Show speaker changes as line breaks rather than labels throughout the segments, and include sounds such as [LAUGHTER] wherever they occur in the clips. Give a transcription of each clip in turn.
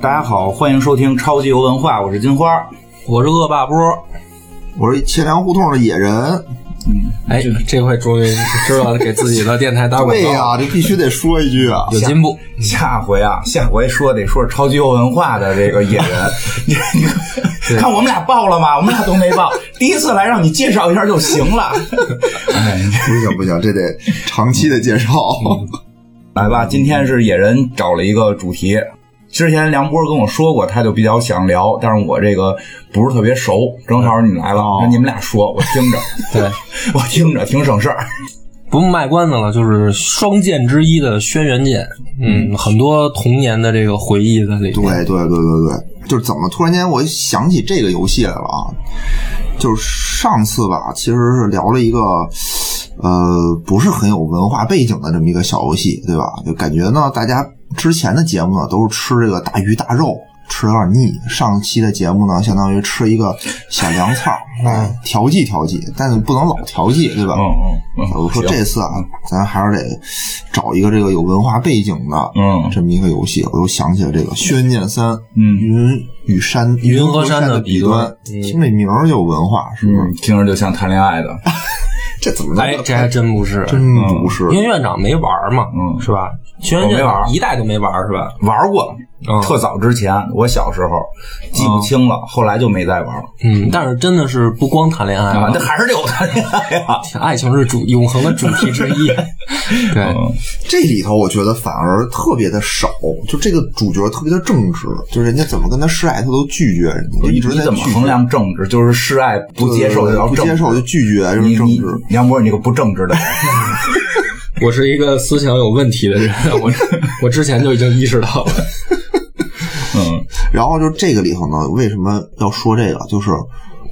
大家好，欢迎收听超级游文化，我是金花，
我是恶霸波。
我是切粮胡同的野人。
哎，这回终于知道给自己的电台打广
对呀、
告，
这必须得说一句啊！
有进步。
下回啊，下回说得说超级游文化的这个野
[LAUGHS]
人，你你看我们俩报了吗？我们俩都没报，第一次来让你介绍一下就行
[LAUGHS]
了。哎，
不行不行，这得长期的介绍。嗯
来吧，今天是野人找了一个主题，之前梁波跟我说过，他就比较想聊，但是我这个不是特别熟，正好你来了，那你们俩说，我听着，
哦
[LAUGHS]
对，
我听着挺省事儿。
不卖关子了，就是双剑之一的轩辕剑。嗯，很多童年的这个回忆在里
对
面。
对对对对，就是怎么突然间我想起这个游戏来了啊？就是上次吧，其实是聊了一个呃不是很有文化背景的这么一个小游戏，对吧？就感觉呢，大家之前的节目呢都是吃这个大鱼大肉。吃有点腻，上期的节目呢，相当于吃一个小凉菜儿，哎，调剂调剂，但是不能老调剂，对吧？
嗯嗯嗯，
我说这次啊，咱还是得找一个这个有文化背景的，
嗯
这么一个游戏。我又想起了这个《轩辕三》，
嗯
云与山，
云和
和
山的
的
彼
端
端，嗯
听这名儿就有文化，是不是？
嗯，听着就像谈恋爱的。
啊这怎么能
哎，这还真不是，
真不是？
因为院长没玩嘛，
嗯
是吧？轩辕
我没玩
剑一代都没玩是吧？
玩过，
嗯
特早之前，我小时候记不清
嗯
了，后来就没再玩了。
嗯，但是真的是不光谈恋爱
啊
啊，
那还是得有谈恋爱啊。
爱情是主永恒的主题之一。对，
这里头我觉得反而特别的少，就这个主角特别的正直，就人家怎么跟他示爱，他都拒绝人家，就一直
你
在
怎么
拒
衡
绝。
量政治？就是示爱不接受就
对对对
要
不
政治，
接受就拒绝，就
你
是正
你
直。
梁博，你这个不正
[LAUGHS]
直的人，
我是一个思想有问题的人，我我之前就已经意识到了。
嗯
然后就这个里头呢，为什么要说这个？就是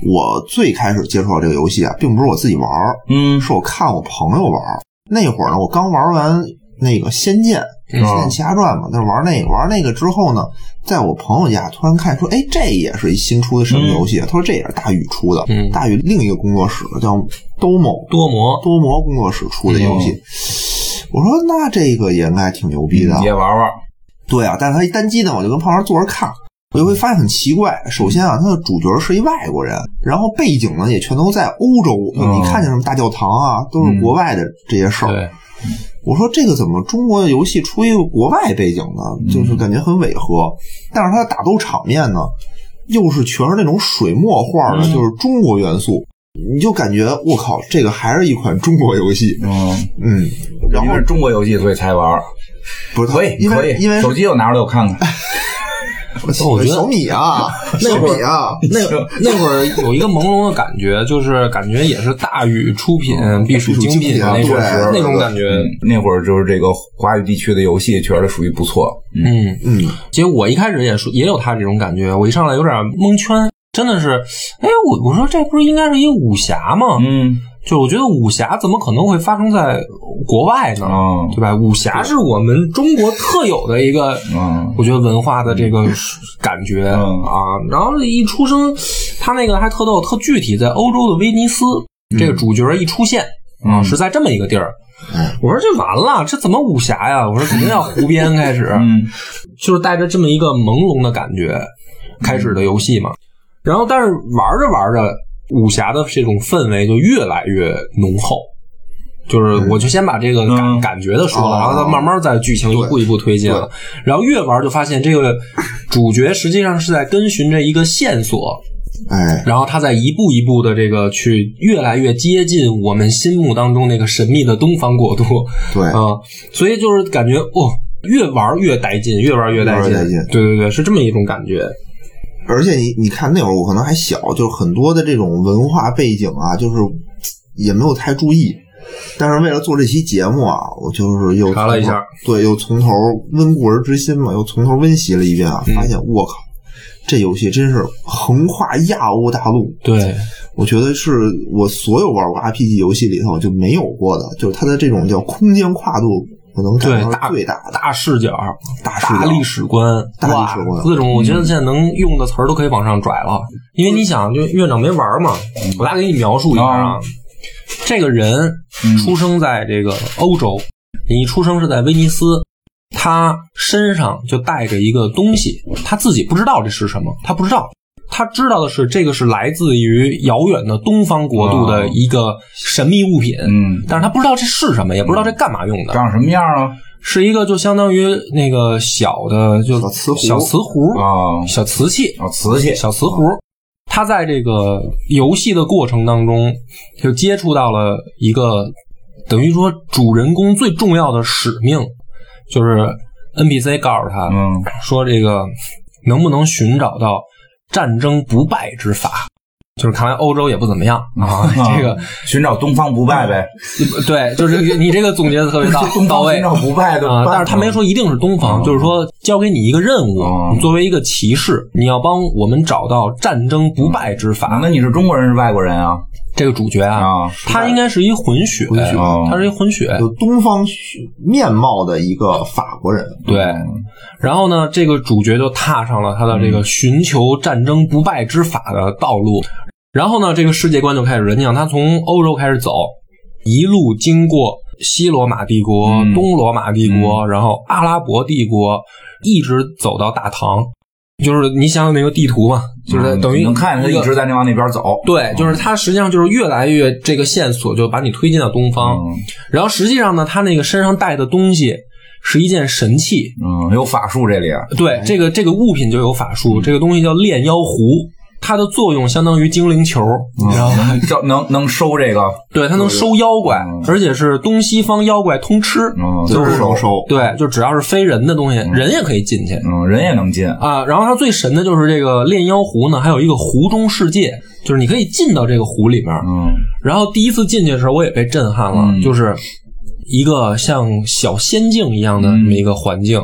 我最开始接触到这个游戏啊，并不是我自己玩儿，
嗯
是我看我朋友玩儿。那会儿呢，我刚玩完那个《仙剑》《仙剑奇侠传》嘛，但是玩那个玩那个之后呢，在我朋友家突然看说，哎，这也是一新出的什么游戏啊？他说这也是大宇出的，
嗯
大宇另一个工作室叫 Domo
多模，
多摩工作室出的游戏。我说那这个也应该挺牛逼的啊，
嗯也玩玩。
对啊，但是他一单机呢，我就跟旁边坐着看，我就会发现很奇怪。首先啊，他的主角是一外国人，然后背景呢也全都在欧洲，
嗯
你看见什么大教堂啊，都是国外的这些事儿。
对，
我说这个怎么中国的游戏出一个国外背景呢？
嗯
就是感觉很违和。但是它的打斗场面呢，又是全是那种水墨画的，
嗯
就是中国元素，你就感觉我靠，这个还是一款中国游戏。
嗯，
嗯，然
因
后
为是中国游戏所以才玩，
不是
可以
因
可
为
以，
因为
手机我拿出来我看看。
[LAUGHS] 哦
我觉得
小米啊，小米啊，
那那会儿有一个朦胧的感觉，就是感觉也是大宇出品必属精品的那
必属
种
精品啊对
那种感觉。
嗯那会儿就是这个华语地区的游戏，觉得属于不错。嗯
嗯，
嗯，
其实我一开始也说也有他这种感觉，我一上来有点蒙圈，真的是，哎，我我说这不是应该是一武侠吗？
嗯
就是我觉得武侠怎么可能会发生在国外呢？
啊
对吧？武侠是我们中国特有的一个，
啊
嗯
我觉得文化的这个感觉、
嗯
啊。然后一出生，他那个还特逗，特具体，在欧洲的威尼斯，这个主角一出现啊、
嗯
是在这么一个地儿。
嗯
我说这完了，这怎么武侠呀？我说肯定要湖边开始。
嗯
就是带着这么一个朦胧的感觉开始的游戏嘛。然后，但是玩着玩着，武侠的这种氛围就越来越浓厚。就是，我就先把这个感、
嗯
感觉的说了，
哦
然后再慢慢在剧情一步一步推进了。然后越玩就发现，这个主角实际上是在跟循着一个线索，
哎，
然后他在一步一步的这个去越来越接近我们心目当中那个神秘的东方国度。
对，
啊，所以就是感觉哦，越玩越带劲，越玩越带劲，
越玩越带劲
对对对，是这么一种感觉。
而且你你看那会儿我可能还小，就是很多的这种文化背景啊，就是嘖也没有太注意。但是为了做这期节目啊，我就是又
查了一下
从头，对，又从头温故而知新嘛，又从头温习了一遍啊，发现我靠，这游戏真是横跨亚欧大陆，
对，
我觉得是我所有玩过 RPG 游戏里头就没有过的，就是它的这种叫空间跨度我能
对
感到
大
最大的
大视角、
大视
大
角
历史观、
大历
哇
史观嗯
各种我觉得现在能用的词儿都可以往上拽了。因为你想，就院长没玩儿嘛，
嗯
我大概给你描述一下啊。这个人
嗯
出生在这个欧洲，你出生是在威尼斯，他身上就带着一个东西，他自己不知道这是什么，他不知道。他知道的是，这个是来自于遥远的东方国度
啊
的一个神秘物品，
嗯，
但是他不知道这是什么，也不知道这干嘛用的。
长什么样啊？
是一个就相当于那个小的就
小瓷壶
小瓷壶、
啊，
小瓷器、
啊，瓷器，
小瓷壶。他在这个游戏的过程当中，就接触到了一个等于说主人公最重要的使命，就是 NPC 告诉他、
嗯
说这个能不能寻找到战争不败之法。就是看来欧洲也不怎么样啊，这个
[LAUGHS] 寻找东方不败呗，
对，就是你这个总结的特别嗯到
[LAUGHS] 东
到
方
位
寻，找不败的
啊，但是他没说一定是东方，
啊
就是说交给你一个任务，
哦
你作为一个骑士，你要帮我们找到战争不败之
啊
法。。
那你是中国人是外国人啊？
这个主角啊，
啊，
他应该是一混血，
混血啊
哦
他是一混血。
有东方面貌的一个法国
嗯
人，
对，然后呢，这个主角就踏上了他的这个寻求战争不败之法的道路。然后呢，这个世界观就开始了。你想，他从欧洲开始走，一路经过西罗马帝国、
嗯
东罗马帝国，然后阿拉伯帝国，一直走到大唐。就是你想想那个地图嘛，就是
嗯
等于
能看见他
个
一直在那往那边走。
对，就是它实际上就是越来越这个线索就把你推进到东方，
嗯
然后实际上呢，他那个身上带的东西是一件神器，
嗯，有法术这里啊，
对，这个这个物品就有法术，这个东西叫炼妖壶，它的作用相当于精灵球，
嗯
你知道吗？
这能能收这个，
对，它能收妖怪，而且是东西方妖怪通吃。
嗯，
就
都
是
收，
收
对，就只要是非人的东西，人也可以进去。
嗯，人也能进。
啊，然后它最神的就是这个炼妖壶呢，还有一个壶中世界，就是你可以进到这个壶里面。
嗯
然后第一次进去的时候，我也被震撼了，
嗯
就是一个像小仙境一样的这么一个环境，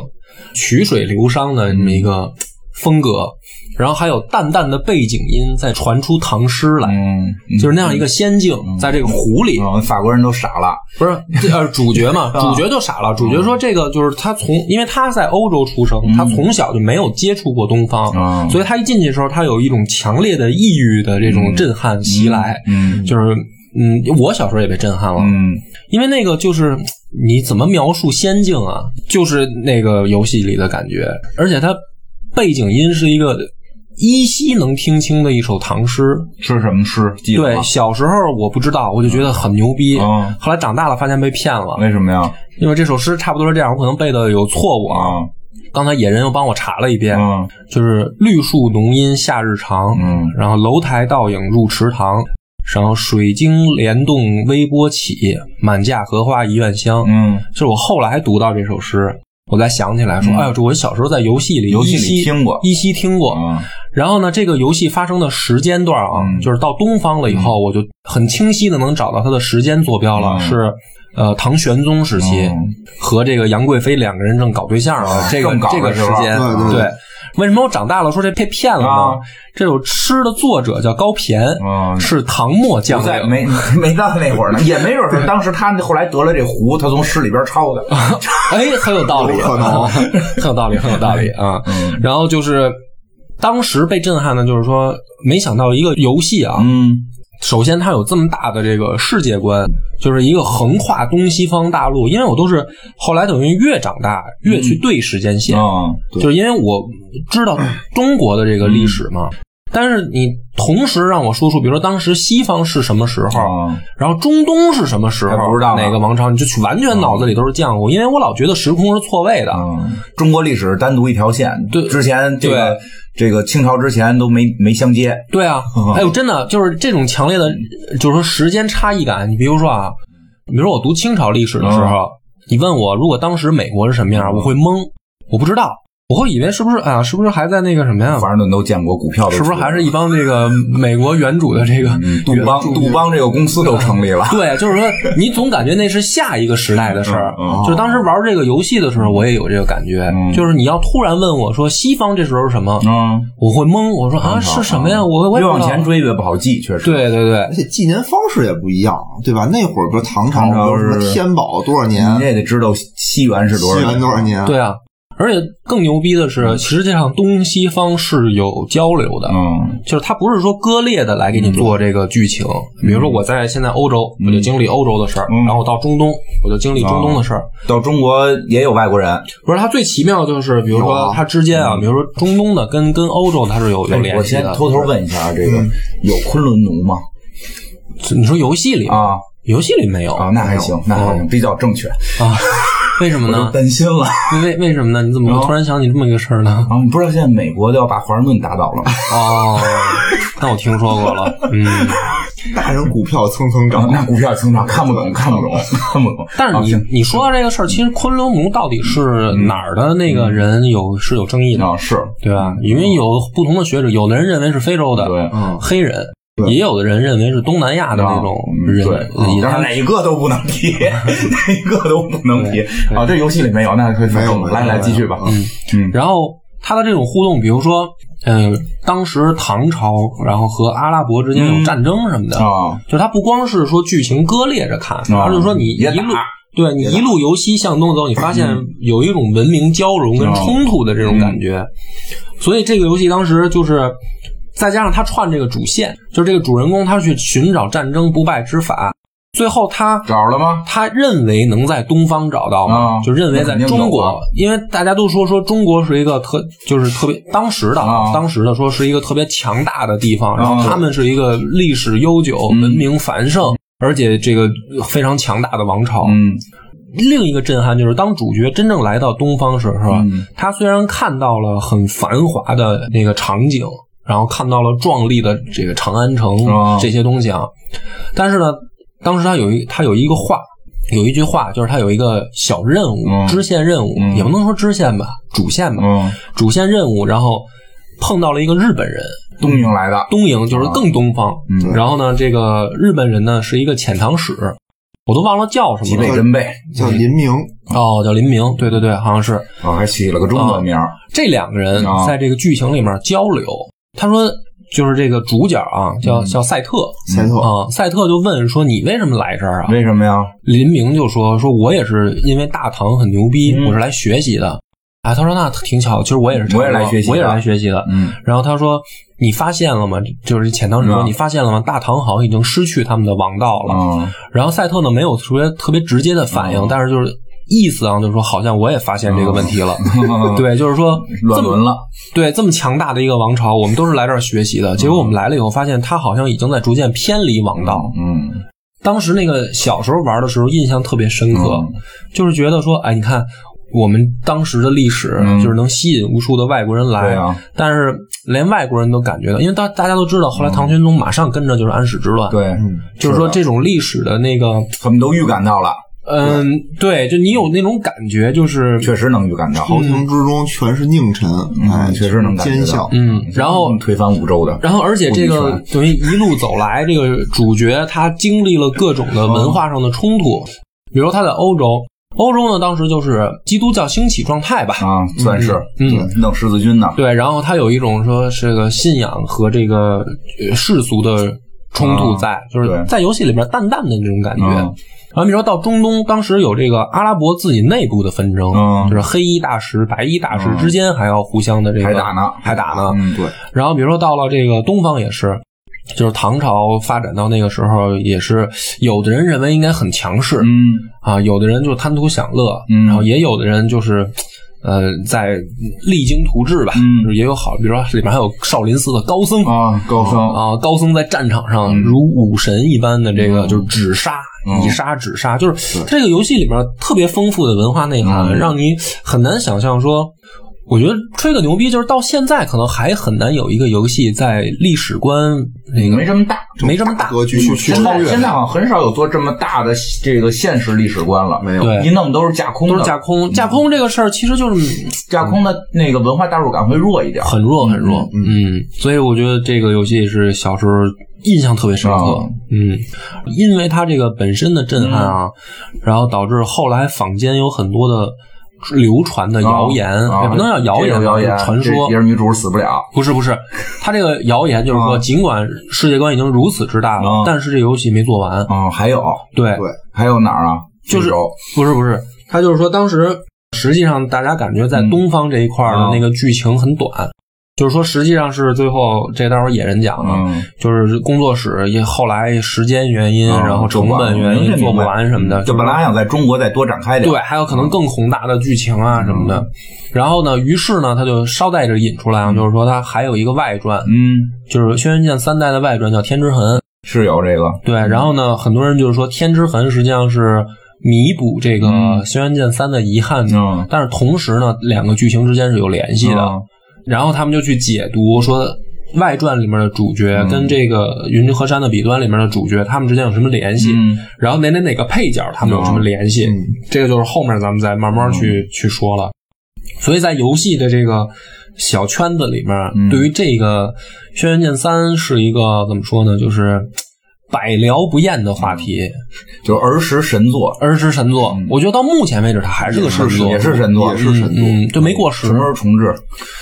曲水流觞的这么一个风格，然后还有淡淡的背景音在传出唐诗来，
嗯，
就是那样一个仙境，在这个湖里，
嗯，法国人都傻了。
不是这呃主角嘛，主角就傻了，主角说这个就是他从，
嗯
因为他在欧洲出生，他从小就没有接触过东方，
嗯
所以他一进去的时候，他有一种强烈的抑郁的这种震撼袭来，
嗯
就是嗯，我小时候也被震撼了，
嗯
因为那个就是你怎么描述仙境啊，就是那个游戏里的感觉，而且它背景音是一个依稀能听清的一首唐诗。
是什么诗？记得
对
吗，？
小时候我不知道，我就觉得很牛逼。
啊嗯哎
后来长大了发现被骗了，
为什么呀？
因为这首诗差不多是这样，我可能背的有错误啊。
啊，
刚才野人又帮我查了一遍，
嗯
就是绿树浓荫夏日长，
嗯
然后楼台倒影入池塘，然后水晶帘动微波起，满架荷花一院香。
嗯，
就是我后来读到这首诗，我才想起来说，
嗯
哎呦，这我小时候在游戏里
游戏
依稀
里听过
依稀听过。
嗯
然后呢，这个游戏发生的时间段啊，
嗯
就是到东方了以后，我就很清晰的能找到它的时间坐标了，
嗯
是。呃，唐玄宗时期、
嗯
和这个杨贵妃两个人正搞对象呢，
啊
这个
正搞的
这个时
时候
间，
对对对
为什么我长大了说这被骗了呢？
啊
这首诗的作者叫高骈， [LAUGHS]
嗯
是唐末将
不在
领，
没 [LAUGHS] 没到那会儿呢，也没准是当时他后来得了这壶，他从诗里边抄的。
哎，很有道理，
有可能
啊 [LAUGHS] 很有道理，很有道理啊。
嗯
然后就是当时被震撼的，就是说没想到一个游戏啊，
嗯
首先它有这么大的这个世界观，就是一个横跨东西方大陆。因为我都是后来等于越长大越去对时间线，
嗯
就是因为我知道中国的这个历史
嗯
嘛。但是你同时让我说出，比如说当时西方是什么时候，
嗯
然后中东是什么时候？
还不知道呢
哪个王朝，你就去完全脑子里都是浆糊，因为我老觉得时空是错位的。
嗯，中国历史单独一条线，
对
之前这个这个清朝之前都没没相接。
对啊，
嗯
哎呦，真的就是这种强烈的，就是说时间差异感。你比如说啊，比如说
嗯
我读清朝历史的时候，你问我如果当时美国是什么样，我会懵，我不知道。我会以为是不是啊？是不是还在那个什么呀？
凡尔顿都见过股票的，
是不是还是一帮这个美国原主的这个
嗯杜邦杜邦这个公司都成立了？
对，就是说你总感觉那是下一个时代的事儿。
嗯嗯
就是当时玩这个游戏的时候，我也有这个感觉。
嗯
就是你要突然问我说西方这时候是什么，
嗯，
我会懵。我说啊是什么呀？我我也
越
不
往
知道
前。追嗯越不好记，确实。
对对对
而且纪年方式也不一样，对吧？那会儿不是唐朝
唐朝
不是什
是
么天宝多少年
你，也得知道西元是多
西
少
元
年，
多少年？
对啊！而且更牛逼的是，实际上东西方是有交流的。
嗯
就是它不是说割裂的来给你做这个剧情，比如说我在现在欧洲，我就经历欧洲的事儿，
嗯
然后我到中东，我就经历中东的事儿。，
到中国也有外国人，
不是它最奇妙的就是，比如
有
说
啊
它之间啊，比如说中东的跟跟欧洲它是有有
嗯哎
联
我
系
先
的。
偷偷问一下啊，这个有昆仑奴吗？
你说游戏里，
啊
游戏里哦没有
啊，那还行，那还行，比较正确。
啊？ [LAUGHS] 为什么
我就哦
呢？
担心了 [LAUGHS]
为为什么呢？你怎么会突然想起这么一个事儿呢？
啊！你不知道现在美国都要把华盛顿打倒
[LAUGHS]
了吗？
哦，那我听说过了，嗯。
大人股票蹭蹭
啊
涨，
那股票成长看不懂，看
[LAUGHS]
不懂，看不懂。
但是
啊
你
行
你说到这个事儿，其实昆仑奴到底是哪儿的那个人有是有争议的，
啊是
对吧？因为有不同的学者，有的人认为是非洲的
对。
嗯，
黑人，也有的人认为是东南亚的那种
嗯
人，
对，
也
但是哪一个都不能
[LAUGHS]
提，哪一个都不能提啊！这游戏里没有，那可以
没有
来来继续吧。
嗯
嗯
然后它的这种互动，比如说，嗯、当时唐朝然后和阿拉伯之间有战争什么的，
嗯啊，
就是它不光是说剧情割裂着看，而是说你一
也
路
打嗯
对你一路由西向东走，你发现有一种文明交融
啊
跟冲突的这种感
嗯
觉。所以这个游戏当时就是。再加上他串这个主线，就是这个主人公他去寻找战争不败之法，最后他
找了吗？
他认为能在东方找到吗？
啊
就认为在中国，
那肯定有啊
因为大家都说说中国是一个特，就是特别当时的、
啊
当时的说是一个特别强大的地方，然后
啊
他们是一个历史悠久、
嗯
文明繁盛，而且这个非常强大的王朝。
嗯
另一个震撼就是，当主角真正来到东方时候，
嗯
他虽然看到了很繁华的那个场景，然后看到了壮丽的这个长安城、
啊
这些东西啊，但是呢，当时他有一他有一个话，有一句话就是他有一个小任务、
嗯
支线任务，
嗯
也不能说支线吧，主线吧，
嗯，
主线任务，然后碰到了一个日本人，
东营来的，
东营就是更东方，
嗯
然后呢，这个日本人呢是一个遣唐使，我都忘了叫什
几
么
倍
了。
真倍
叫林明，
嗯
哦，叫林明，对对对，好像是。
啊，还起了个中文名儿
这两个人
啊
在这个剧情里面交流。他说，就是这个主角啊，
嗯
叫叫赛特
赛特，
哦
啊，赛特就问说：“你为什么来这儿啊
为什么呀？？”
林明就说：“说我也是因为大唐很牛逼，
嗯
我是来学习的。”啊，他说：“那挺巧，其实我也是差不多，
我也来学习的
我也是来学习的。
嗯，”
然后他说：“你发现了吗？就是遣唐使说
嗯
你发现了吗？大唐好像已经失去他们的王道了。
啊，
然后赛特呢没有特别特别直接的反应，
嗯
但是就是意思啊，就是说好像我也发现这个问题了。 [LAUGHS] [LAUGHS] 对，就是说
嗯 [LAUGHS] 乱
这么
伦了，
对，这么强大的一个王朝，我们都是来这儿学
嗯
习的。结果我们来了以后，发现它好像已经在逐渐偏离王道。
嗯，
当时那个小时候玩的时候，印象特别深刻，
嗯
就是觉得说，哎，你看我们当时的历史，
嗯
就是能吸引无数的外国人来，
对啊，
但是连外国人都感觉到，因为大大家都知道，后来唐玄宗马上跟着就是安史之乱，，
嗯对，
嗯
就是说
是的
这种历史的那个，
我们都预感到了，
嗯，对，就你有那种感觉，就是
确实能预感
嗯
到，
朝廷之中全是佞臣，哎，
嗯确实能感觉
奸
到
相，
嗯，然后
推翻五洲的，
然后，而且这
不
个
遗
等于一路走来，这个主角他经历了各种的文化上的冲突，比如他在欧洲，欧洲呢当时就是基督教兴起状态吧，
啊，算是，
嗯
对，弄十字军呢，
对，然后他有一种说这个信仰和这个呃世俗的冲突在，就是
啊对
在游戏里边淡淡的那种感觉。
嗯
然后你说到中东，当时有这个阿拉伯自己内部的纷争，
嗯
就是黑衣大使、白衣大使之间还要互相的这个
啊还打呢
还打呢，
嗯，对，
然后比如说到了这个东方也是，就是唐朝发展到那个时候，也是有的人认为应该很强势、
嗯，
啊，有的人就贪图享乐，
嗯
然后也有的人就是。呃，在励精图治吧，
嗯
就是也有好，比如说里面还有少林寺的高僧
啊，高僧，
啊，高僧在战场上如武神一般的这个就是止杀，
嗯
以杀止杀，就是这个游戏里面特别丰富的文化内涵，
嗯
让你很难想象说。我觉得吹个牛逼，就是到现在可能还很难有一个游戏在历史观那个
没这么大。嗯
没这么大
格局去去
现
超
在
越
现在好像很少有做这么大的这个现实历史观了，
没有。
对
一弄都是架空的，
都是架
嗯
空，架空这个事儿其实就是
架空的那个文化代入感会弱一点。
很弱很弱，嗯所以我觉得这个游戏是小时候印象特别深刻
啊，
嗯，因为它这个本身的震撼啊，
嗯
然后导致后来坊间有很多的流传的谣言，
啊
也不能叫谣
这
言
种谣
吧，
言
就是传
这
说
别，人女主死不了，
不是不是，它这个谣言就是说，
啊
尽管世界观已经如此之大了
啊，
但是这游戏没做完，
嗯，还有
对，
对
还有哪儿啊？
就是
非洲
不是不是，他就是说当时实际上大家感觉
嗯
在东方这一块儿
啊
的那个剧情很短，就是说实际上是最后这待会儿野人讲了，
嗯，
就是工作室也后来时间原因，
嗯
然后成本原因
这明白嗯
做不完什么的，
就本来还想在中国再多展开点，
对，还有可能更宏大的剧情啊什
嗯
么的。然后呢，于是呢，他就捎带着引出来啊，就是说他还有一个外传，
嗯，
就是《轩辕剑三代》的外传叫《天之痕》。
是有这个，
对，然后呢，很多人就是说《天之痕》实际上是弥补这个
嗯
《轩辕剑三》的遗憾的，
嗯，
但是同时呢，两个剧情之间是有联系的。
嗯
然后他们就去解读说，外传里面的主角
嗯
跟这个《云之河山的彼端》里面的主角，他们之间有什么联系？
嗯
然后哪哪哪个配角他们有什么联系？
嗯
这个就是后面咱们再慢慢
嗯
去、去说了。所以在游戏的这个小圈子里面，
嗯
对于这个《轩辕剑三》是一个怎么说呢？就是百聊不厌的话题，
就是儿时神作，
儿时神作。
嗯
我觉得到目前为止，它还是个神作，
也是神作，
也是神作
嗯，就没过时
什么时候重置？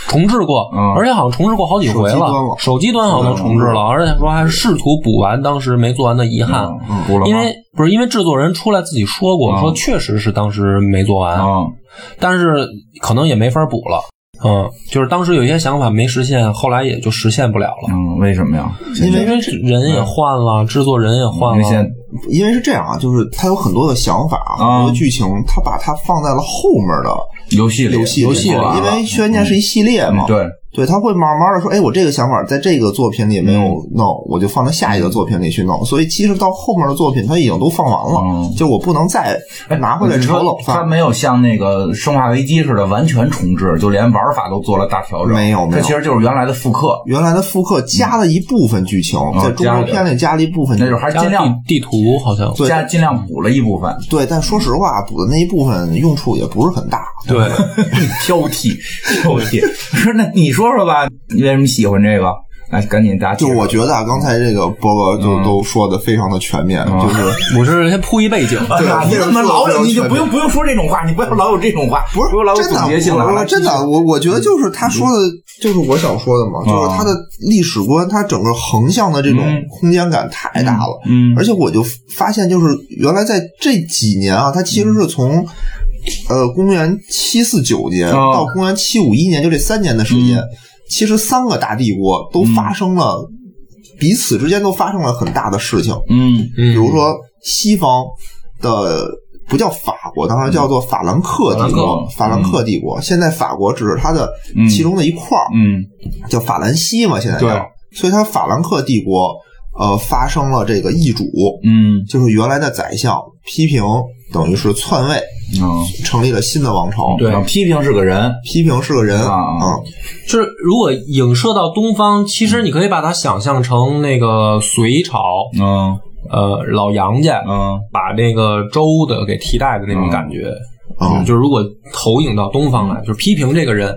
重置过，
嗯
而且好像重置过好几
手
回
机端
了
了，
手机端好像都重置了，而且说还试图补完当时没做完的遗憾，
嗯，哭了吗
因为不是因为制作人出来自己说过，
嗯
说确实是当时没做完，
嗯
但是可能也没法补了，嗯，就是当时有些想法没实现，后来也就实现不了了，
嗯，为什么呀？
因为
因为
嗯
人也换了，制作人也
因
换
为现
了，
在
因为是这样啊，就是他有很多的想法，
啊
很多剧情，他把它放在了后面的
游戏里
游戏
游
里，啊
里，嗯
因为《轩辕剑》是一系列嘛，
对，
对，他会慢慢的说，哎，我这个想法在这个作品里没有
嗯
弄，我就放到下一个作品里去弄。所以其实到后面的作品，他已经都放完了，
嗯哎
就我不能再拿回来
你
炒
说
冷
它
饭。
没有像那个《生化危机》似的完全重置，就连玩法都做了大调整。
没有没有
它其实就是原来的复刻，
原来的复刻加了一部分剧情，
嗯
在中国片里加了一部分，
那就是还
加
尽
了
量
地地图好像，
对
加尽量补了一部分，
对。但说实话，补的那一部分用处也不是很大。
对，
[LAUGHS] 挑剔挑剔。说那你说说吧，你为什么喜欢这个？哎，赶紧大家
就
介绍
我觉得啊，刚才这个波波
嗯
就都说的非常的全面，就是
[LAUGHS] 我是先铺一背景，
哎呀，你怎么老有？
我
你
觉
就
得
不用不用说这种话，你不要老有这种话，
不是
不要老有
真的
总结性
我我
了。啊
真的，我我觉得就是
嗯
他说的，就是我想说的嘛，就是他的历史观，他整个横向的这种
啊嗯
空间感太大了。
嗯
而且我就发现，就是原来在这几年啊，它
嗯
其实是从。呃，公元七四九年
哦
到公元七五一年，就这三年的时间，
嗯
其实三个大帝国都发生了、彼此之间都发生了很大的事情。
嗯
比
比如说西方的不叫法国，当时叫做法兰克帝国，
法
法
兰克嗯
兰克帝国。现在法国只是它的其中的一块儿，
嗯
叫法兰西嘛，现在叫
对。
所以它法兰克帝国，呃，发生了这个易主，
嗯
就是原来的宰相批评，等于是篡位，
嗯，哦
成立了新的王朝。
对
然后批评是个人，
批评是个人
啊
嗯，
就是如果影射到东方，其实你可以把它想象成那个隋朝，
嗯
呃，老杨家
嗯
把那个周的给替代的那种感觉。
哦
嗯
就是如果投影到东方来，就是批评这个人。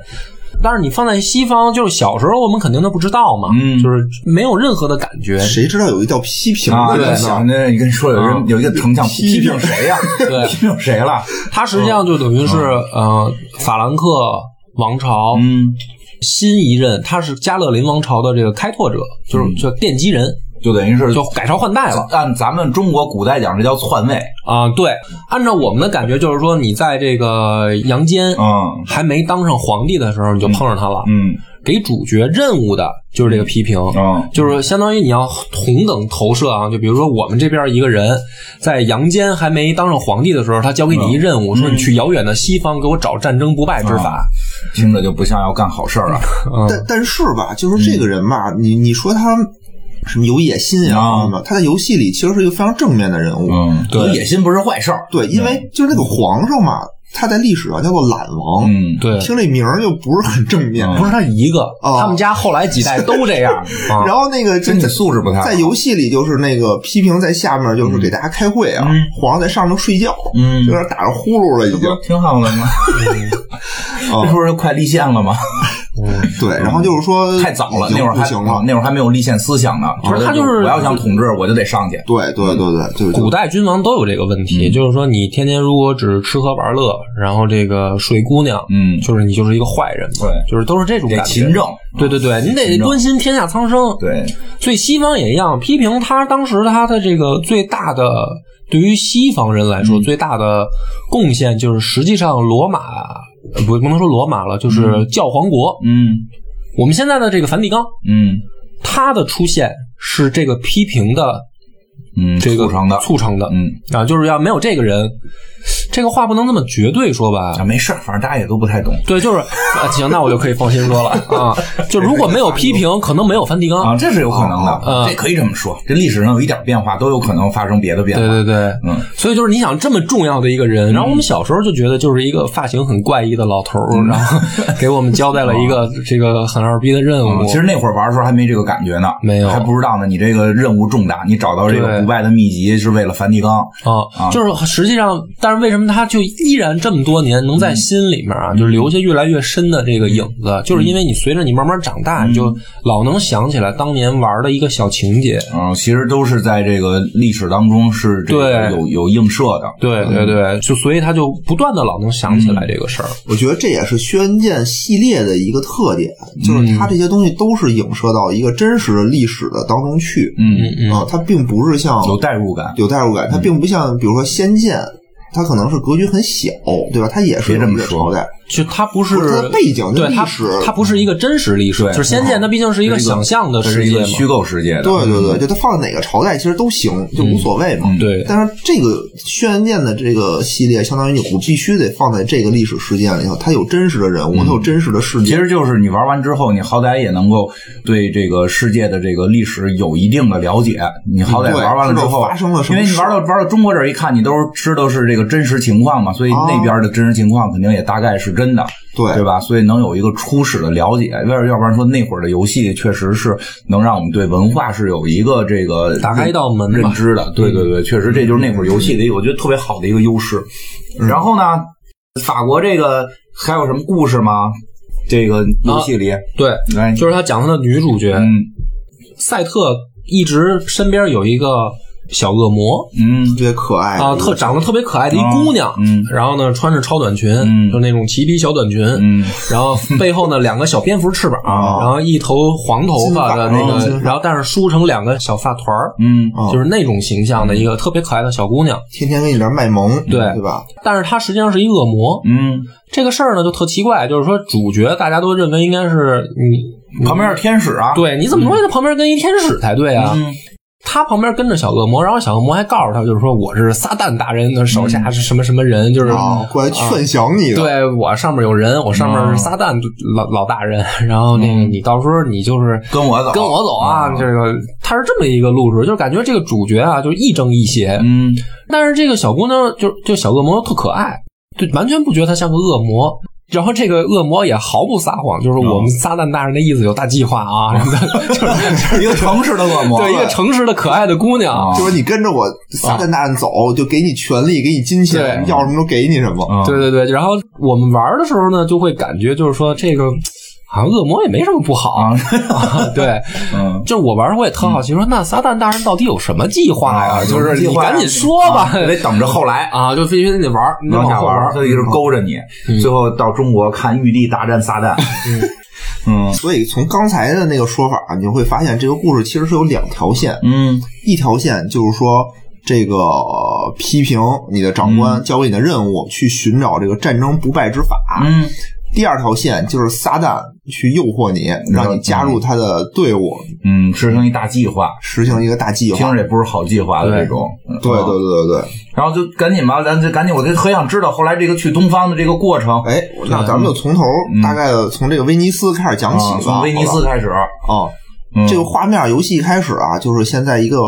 但是你放在西方，就是小时候我们肯定都不知道嘛，
嗯
就是没有任何的感觉。
谁知道有一叫批评
啊，
的
对，
人
想
呢？
那你跟你说有人
啊
有一个丞相批评谁呀？
对
批评谁了？
它实际上就等于是、呃，法兰克王朝、
嗯，
新一任，他是加勒林王朝的这个开拓者，
嗯
就是就奠基人，
就等于是
就改朝换代了。
按咱们中国古代讲，这叫篡位。
啊、对，按照我们的感觉，就是说你在这个阳间
嗯
还没当上皇帝的时候，你就碰上他了。
嗯
给主角任务的就是这个批评，
嗯
就是相当于你要同等投射啊。就比如说我们这边一个人在阳间还没当上皇帝的时候，他交
啊
给你一任务，说
嗯
你去遥远的西方给我找战争不败之
啊
法。
听着就不像要干好事儿了。啊
但但是吧，就是这个人吧，
嗯
你你说他什么有野心呀、
啊
什么的，他在游戏里其实是一个非常正面的人物。
嗯，
对
有野心不是坏事儿。
对，因为就是那个皇上嘛，它在历史上叫做懒王，
嗯，
对，
听这名儿就不是很正面。
嗯
不是他一个，
哦
他们家后来几代都这 [LAUGHS] 样。
啊
[LAUGHS] 然后那个就
身体素质不太好
在游戏里就是那个批评在下面就是给大家开会啊，皇上在上头睡觉，
嗯
有点打着呼噜了已
嗯
经。
挺好的
[LAUGHS]
吗？
哦
这不 [LAUGHS] 是快立宪了吗？哦
对，然后就是说
嗯
太早了，
已经
那会儿
不
还啊
行了。
那会儿还没有立宪思想呢。
不哦是他就是
我要想统治，我就得上去。
对对对对，就
古
就
代君王都有这个问
嗯
题，就是说你天天如果只吃喝玩乐，然后这个睡姑娘，
嗯
就是你就是一个坏人嘛，
对
就是都是这种
得
感觉。嗯
勤政，
对对对，你得
勤政
关心天下苍生。
对，
所以西方也一样，批评他当时他的这个最大的对于西方人来说、
嗯
最大的贡献就是，实际上罗马呃不不能说罗马了，就是教皇国。
嗯
我们现在的这个梵蒂冈，
嗯
它的出现是这个批评的
嗯，
这个
促成的，
促成的
嗯
啊，就是要没有这个人，这个话不能这么绝对说吧
啊，。没事儿，反正大家也都不太懂
对，就是啊，行，那我就可以放心说了啊。就如果没有批评，可能没有梵蒂冈
啊，。这是有可能
啊
的，这可以这么说。这历史上有一点变化，都有可能发生别的变
对
化。
对对，
嗯，
所以就是你想这么重要的一个人，然后我们小时候就觉得就是一个发型很怪异的老头
嗯
儿，然
[LAUGHS]
后给我们交代了一个这个很二逼的任务
哦嗯，其。实那会儿玩的时候还没这个感觉呢，
没有
还不知道呢。你这个任务重大，你找到这
对
个不败的秘籍是为了梵蒂冈。
啊，
啊
就是实际上，但是为什么他就依然这么多年能
嗯
在心里面啊，就留下越来越深的这个影子？就是
嗯
因为你随着你慢慢长大，你就老能想起来当年玩的一个小情节。
嗯，其实都是在这个历史当中是这个
对
有有映射的。
对对对，就所以他就不断的老能想起来这个事儿。
我觉得这也是《轩辕剑》系列的一个特点，
嗯
就是它这些东西都是影射到一个真实的历史的当中去。
嗯，
啊，它并不是像
有代入感。
有代入感，它并不像比如说《仙剑》，它可能是格局很小，对吧？它也是
别这么
一个朝
说
代，
就它不是
不是它背景
对它
历史
它不是一个真实历史，
对
就是《仙剑》它毕竟是一个想象的
这是
世
一
界
个
嘛。
虚构世界的，
对对对，就它放在哪个朝代其实都行，就无所谓嘛。
嗯
对
但是这个《轩辕剑》的这个系列，相当于我必须得放在这个历史事件里头，它有真实的人物，它有真实的事
嗯其
件。
实就是你玩完之后，你好歹也能够对这个世界的这个历史有一定的了解。你好歹
对
玩完了之
知
后，
道发生了什
因
么
为你
事
玩到玩到中国这儿一看，你都是知道是这个真实情况嘛，所以
哦
那边的真实情况肯定也大概是真的，
对
对吧？所以能有一个初始的了解。要是要不然说那会儿的游戏确实是能让我们对文化是有一个这个
打开一道门吧嗯
认知的。对对对，确实这就是那会儿游戏里我觉得特别好的一个优势。
嗯
然后呢，法国这个还有什么故事吗？这个游戏里，
对，
来，
啊就是他讲他的女主角
嗯
赛特，一直身边有一个小恶魔
嗯
特别可爱
啊，特长得特别可爱的一姑娘，
嗯
然后呢穿着超短裙，
嗯
就那种齐膝小短裙，
嗯，
然后背后呢两个小蝙蝠翅膀，
哦
然后一头黄头发的那
金发
个，
金发嗯
然后但是梳成两个小发团儿，
嗯
哦
就是那种形象的一个特别可爱的小姑娘。
天天给你这儿卖萌，
对
对吧？
但是她实际上是一恶魔，
嗯，
这个事儿呢就特奇怪，就是说主角大家都认为应该是你，
旁边是天使啊，，
对，你怎么能在旁边跟一天使才对啊？
嗯
他旁边跟着小恶魔，然后小恶魔还告诉他，就是说我是撒旦大人的手下
嗯
是什么什么人，就是。
哦
嗯
啊，过来劝降你的，
对我上面有人，我上面是撒旦老老大人，然后那
嗯
个你到时候你就是
跟我走，
跟我走啊，
嗯
这个他是这么一个路数，就是感觉这个主角啊，就是亦正亦邪， [LAUGHS]
嗯
但是这个小姑娘就就小恶魔特可爱，就完全不觉得她像个恶魔。然后这个恶魔也毫不撒谎，就是我们撒旦大人的意思有大计划
[LAUGHS]
啊，什么的，就是
一个诚实的恶魔，
对一个诚实的可爱的姑娘
啊。
就是你跟着我撒旦大人走，就给你权利，给你金钱，
对
要什么都给你什么。
嗯
对对对，然后我们玩的时候呢，就会感觉就是说这个好像恶魔也没什么不好。
啊，
啊 [LAUGHS] 对，
嗯，
就我玩的时候我也特好奇，说那撒旦大人到底有什么计划呀？
啊
就是
有什么计
你
划呀
赶紧说吧，
啊得等着后来
[LAUGHS] 啊，就必须得玩，你得
往
往
下
后
玩儿，
嗯
玩。
他一直勾着你，最后到中国看玉帝大战撒旦。嗯
所以从刚才的那个说法，你会发现这个故事其实是有两条线，
[LAUGHS] 嗯
一条线就是说这个呃批评你的长
嗯
官交给你的任务，去寻找这个战争不败之法。
嗯
第二条线就是撒旦去诱惑你，让你加入他的队伍，
嗯，实行一大计划，
实行一个大计
听
划。
着也不是好计划的这种。嗯
对对。对对对，
然后就赶紧吧，咱就赶紧，我就很想知道后来这个去东方的这个过程，
哎，那咱们就从头大概从这个威尼斯开始讲起
嗯啊
吧。
从威尼
好
斯
吧
开始。
啊，
嗯
这个画面游戏一开始啊，就是先在一个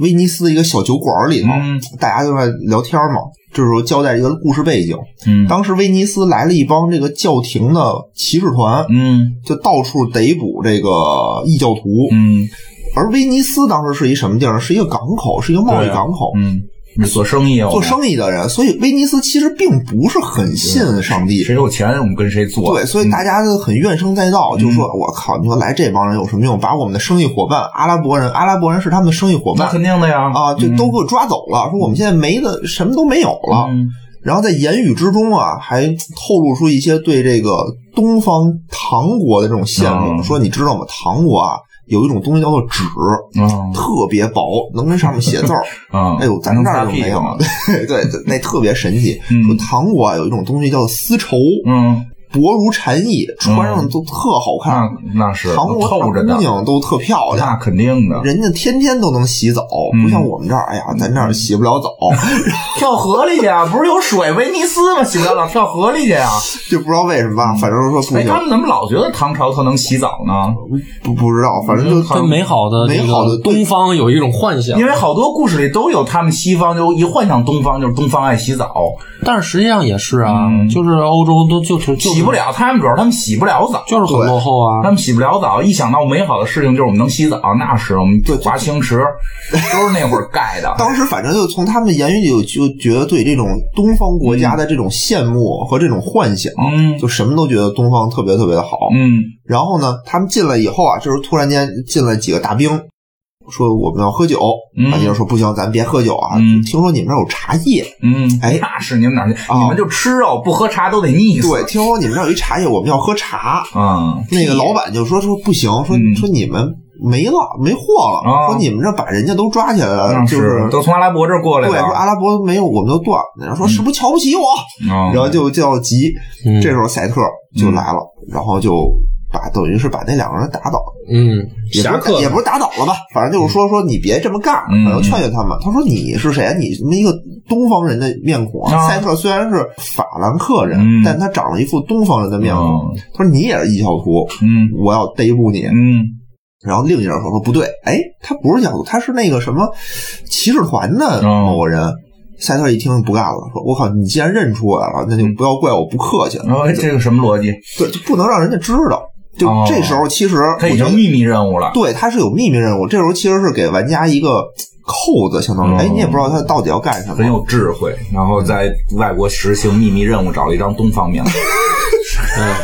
威尼斯的一个小酒馆里头，
嗯
大家就在聊天嘛。这时候交代一个故事背景。
嗯
当时威尼斯来了一帮这个教廷的骑士团，
嗯
就到处逮捕这个异教徒。
嗯
而威尼斯当时是一什么地儿？是一个港口，是一个贸易
对啊
港口，
嗯，做生意啊，
做生意的人。所以威尼斯其实并不是很
啊
信上帝
意，谁有钱我嗯们跟谁做。
对，所以大家都很怨声载道，就说：“我靠，你说来这帮人有什么用？把我们的生意伙伴阿拉伯人，阿拉伯人是他们的生意伙
那
伴
肯定嗯的呀
啊，就都给我抓走了。说我们现在没的，什么都没有了。
嗯
然后在言语之中啊，还透露出一些对这个东方唐国的这种羡慕，
嗯
说你知道吗？唐国啊，有一种东西叫做纸，
啊
特别薄，能跟上面写字儿。
啊！
哎呦，咱
能
这儿
擦
就
屁
没有
股
了。 [LAUGHS] 对对，对那特别神奇。
嗯
说唐国啊，有一种东西叫做丝绸。 [LAUGHS]
嗯，
薄如蝉翼，穿上都特好
那
看，
那嗯是
韩国
透
大
着呢
姑，娘都特漂
那
亮。
肯定的，
人家天天都能洗澡，
嗯
不像我们这儿，哎呀，咱这儿洗不了澡，
跳河里去啊！不是有水威尼斯吗？洗不了澡，跳河里去
[LAUGHS]
啊！
[LAUGHS] 就不知道为什么吧，反正说不
哎，他
行，
们怎么老觉得唐朝特能洗澡呢？
不不知道，反正就
嗯
对美好的
美好的。
这个东方有一种幻想
因，为好多故事里都有他们西方就一幻想东方就是东方爱洗澡，
但是实际上也是啊，
嗯
就是欧洲都就是就是
洗不，了，他们主要他们洗不了澡。
就是很落后
他
啊。
们洗不了澡，一想到美好的事情就是我们能洗澡，那是我们华清池都是那会儿盖的
[LAUGHS] 当时反正就从他们言语里就就觉得对这种东方国家的这种羡慕和这种幻想，
嗯
就什么都觉得东方特别特别的好。
嗯
然后呢，他们进来以后啊，就是突然间进来几个大兵，说我们要喝酒，
嗯
大啊兵说不行，咱别喝酒啊，
嗯
就听说你们这儿有茶叶，
嗯，
哎
那是你们哪儿去？
哦
你们就吃肉不喝茶都得腻死。
对，听说你们这儿有一茶叶，我们要喝茶。
啊，
那个老板就说说不行，说、
嗯
说你们没了，没货了，
啊
说你们这把人家都抓起来了，
那
就是
嗯都从阿拉伯这儿过来
对，
的啊
说。阿拉伯没有，我们就断。然后说是不是瞧不起我？
嗯
然后就就要急，
嗯
这时候赛特就来了，然后就把等于是把那两个人打倒，
嗯，
也不
侠
是
客
打也不是打倒了吧，反正就是说说你别这么干，
嗯
反正劝劝他们。他说你是谁啊？你什么一个东方人的面孔啊？
啊
赛特虽然是法兰克人，
嗯
但他长了一副东方人的面孔。
嗯
他说你也是异教徒，
嗯
我要逮捕你。
嗯
然后另一人说说不对，哎，他不是教徒，他是那个什么骑士团的
哦
某个人。赛特一听不干了，说：“我靠，你既然认出我来了，那就不要怪我不客气了。
然后嗯哦这个什么逻辑？
对，就不能让人家知道。就
哦
这时候，其实
它已
我觉得
经秘密任务了。
对，他是有秘密任务。这时候其实是给玩家一个扣子，相当于，
嗯
哎，你也不知道他到底要干什
很
么。
有智慧，然后在外国实行秘密任务，找了一张东方
[LAUGHS]
面。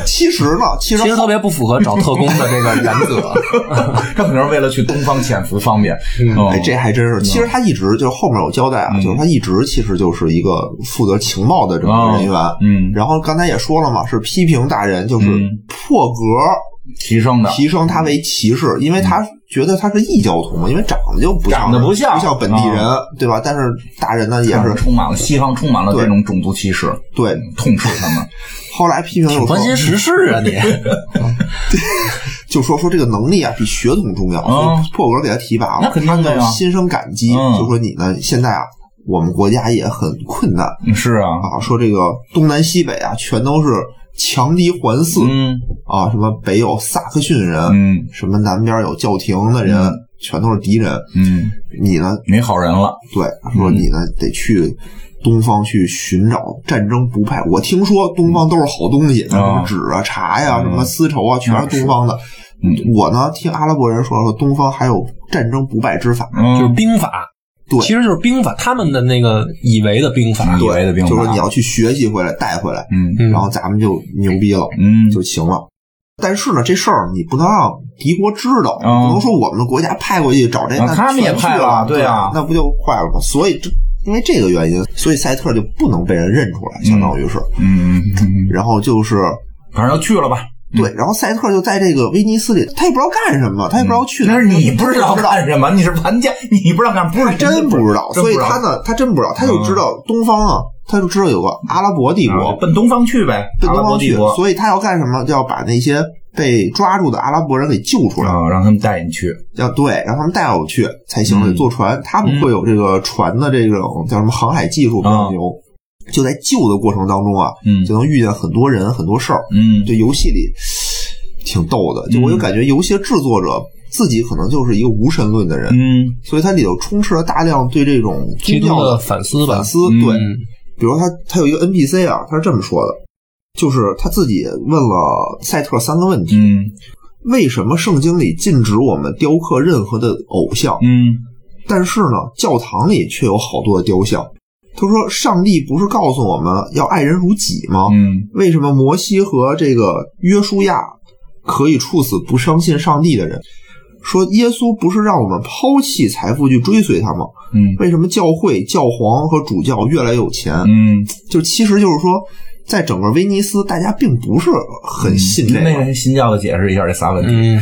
其实呢，其实
其实特别不符合找特工的
[LAUGHS]
这个原
[LAUGHS]
则。
他可能是为了去东方潜伏方便。嗯
哎，这还真是。其实他一直就是后面有交代啊，就是他一直其实就是一个负责情报的这么人员。
嗯，
然后刚才也说了嘛，是批评大人，就是
嗯
破格
提升的，
提升他为骑士，因为他觉得他是异教徒嘛，因为长得就不像
嗯长得不像哦嗯
不像本地人，对吧？但是大人呢也
也
是
是充满了西方充满了
对
这种种族歧视，
对。
痛斥他们。
后来批评又说
关心时事啊你，
就说说这个能力啊比血统重要，
嗯
所以破格给他提拔了，
那肯定的呀
他呢心生感激，
嗯
就说你呢现在啊，我们国家也很困难
嗯是啊，
啊，说这个东南西北啊全都是强敌环伺、
嗯
啊，什么北有萨克逊人，
嗯
什么南边有教廷的人，
嗯
全都是敌人，
嗯，
你呢
没好人了。
对说你呢得去。东方去寻找战争不败，我听说东方都是好东西，什么纸啊、茶呀、
嗯
什么丝绸啊，全是东方的。
嗯
我呢，听阿拉伯人说，说东方还有战争不败之法，
[LAUGHS] 就是
嗯，
兵法，
对
其实就是兵法，他们的那个以为的兵法，
以为的兵
就
法
是你要去学习回来，带回来，
嗯
嗯
然后咱们就牛逼了
嗯
就行了。但是呢，这事儿你不能让敌国知道，你
嗯
不能说我们国家派过去找这，
啊
那
他们也
全去
派了
了，
对啊
那不就坏了吗？所以这因为这个原因，所以赛特就不能被人认出来，相当于是。
嗯，嗯
然后就是
反正就去了吧。
对，然后赛特就在这个威尼斯里，他也不知道干什么，他也不知道去哪
但
儿，
嗯是你不
他
知
[LAUGHS]
道干什么，你是玩家，你不知道干，不是
真不知道，
真
所
不
以
知道
他呢，他真不知道，他就知道东方啊，他就知道有个阿拉伯帝
啊就
国，
奔东方去呗，
奔
阿
东
拉伯
方
帝
去，
国
所以他要干什么？就要把那些被抓住的阿拉伯人给救出来，
啊，让他们带你去。
要对，让他们带我去才行，
嗯
得坐船，他们会有这个船的这
嗯
种叫什么航海技术比较
啊
牛，就在救的过程当中啊，
嗯
就能遇见很多人很多事儿，
嗯，
就游戏里挺逗的，
嗯
就我就感觉游戏制作者。自己可能就是一个无神论的人，
嗯
所以它里头充斥了大量对这种
其
宗
中
教
的反思吧嗯
反。思。对，比如他他有一个 NPC 啊，他是这么说的，就是他自己问了赛特三个问题：
嗯
为什么圣经里禁止我们雕刻任何的偶像？
嗯
但是呢，教堂里却有好多的雕像。他说：“上帝不是告诉我们要爱人如己吗？
嗯
为什么摩西和这个约书亚可以处死不相信上帝的人？说耶稣不是让我们抛弃财富去追随他吗？
嗯
为什么教会、教皇和主教越来越有钱？
嗯，
就其实就是说，在整个威尼斯，大家并不是很信这
那
个。
个新教的解释一下这仨问题。
嗯，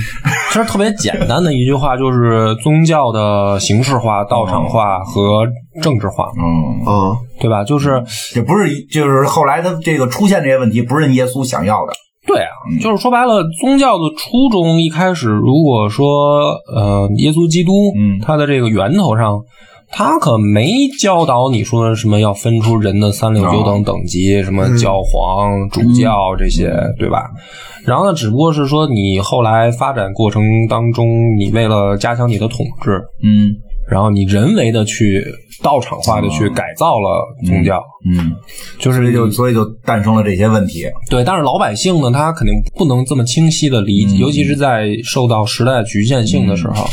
其实特别简单的一句话就是宗教的形式化、道场化和政治化，
嗯，
嗯，
对吧？就是
这不是一，就是后来他这个出现这些问题，不是耶稣想要的。
对啊，
嗯
就是说白了，宗教的初衷一开始，如果说呃，耶稣基督，
嗯
他的这个源头上，他可没教导你说什么要分出人的三六九等等级，什么教皇、主教
嗯
这些，对吧？然后呢，只不过是说你后来发展过程当中，你为了加强你的统治，
嗯
然后你人为的去道场化的去改造了宗教，
哦嗯，
就
所
是
以就所以就诞生了这些问题。
对，但是老百姓呢，他肯定不能这么清晰的理解，尤其是在受到时代局限性的时候。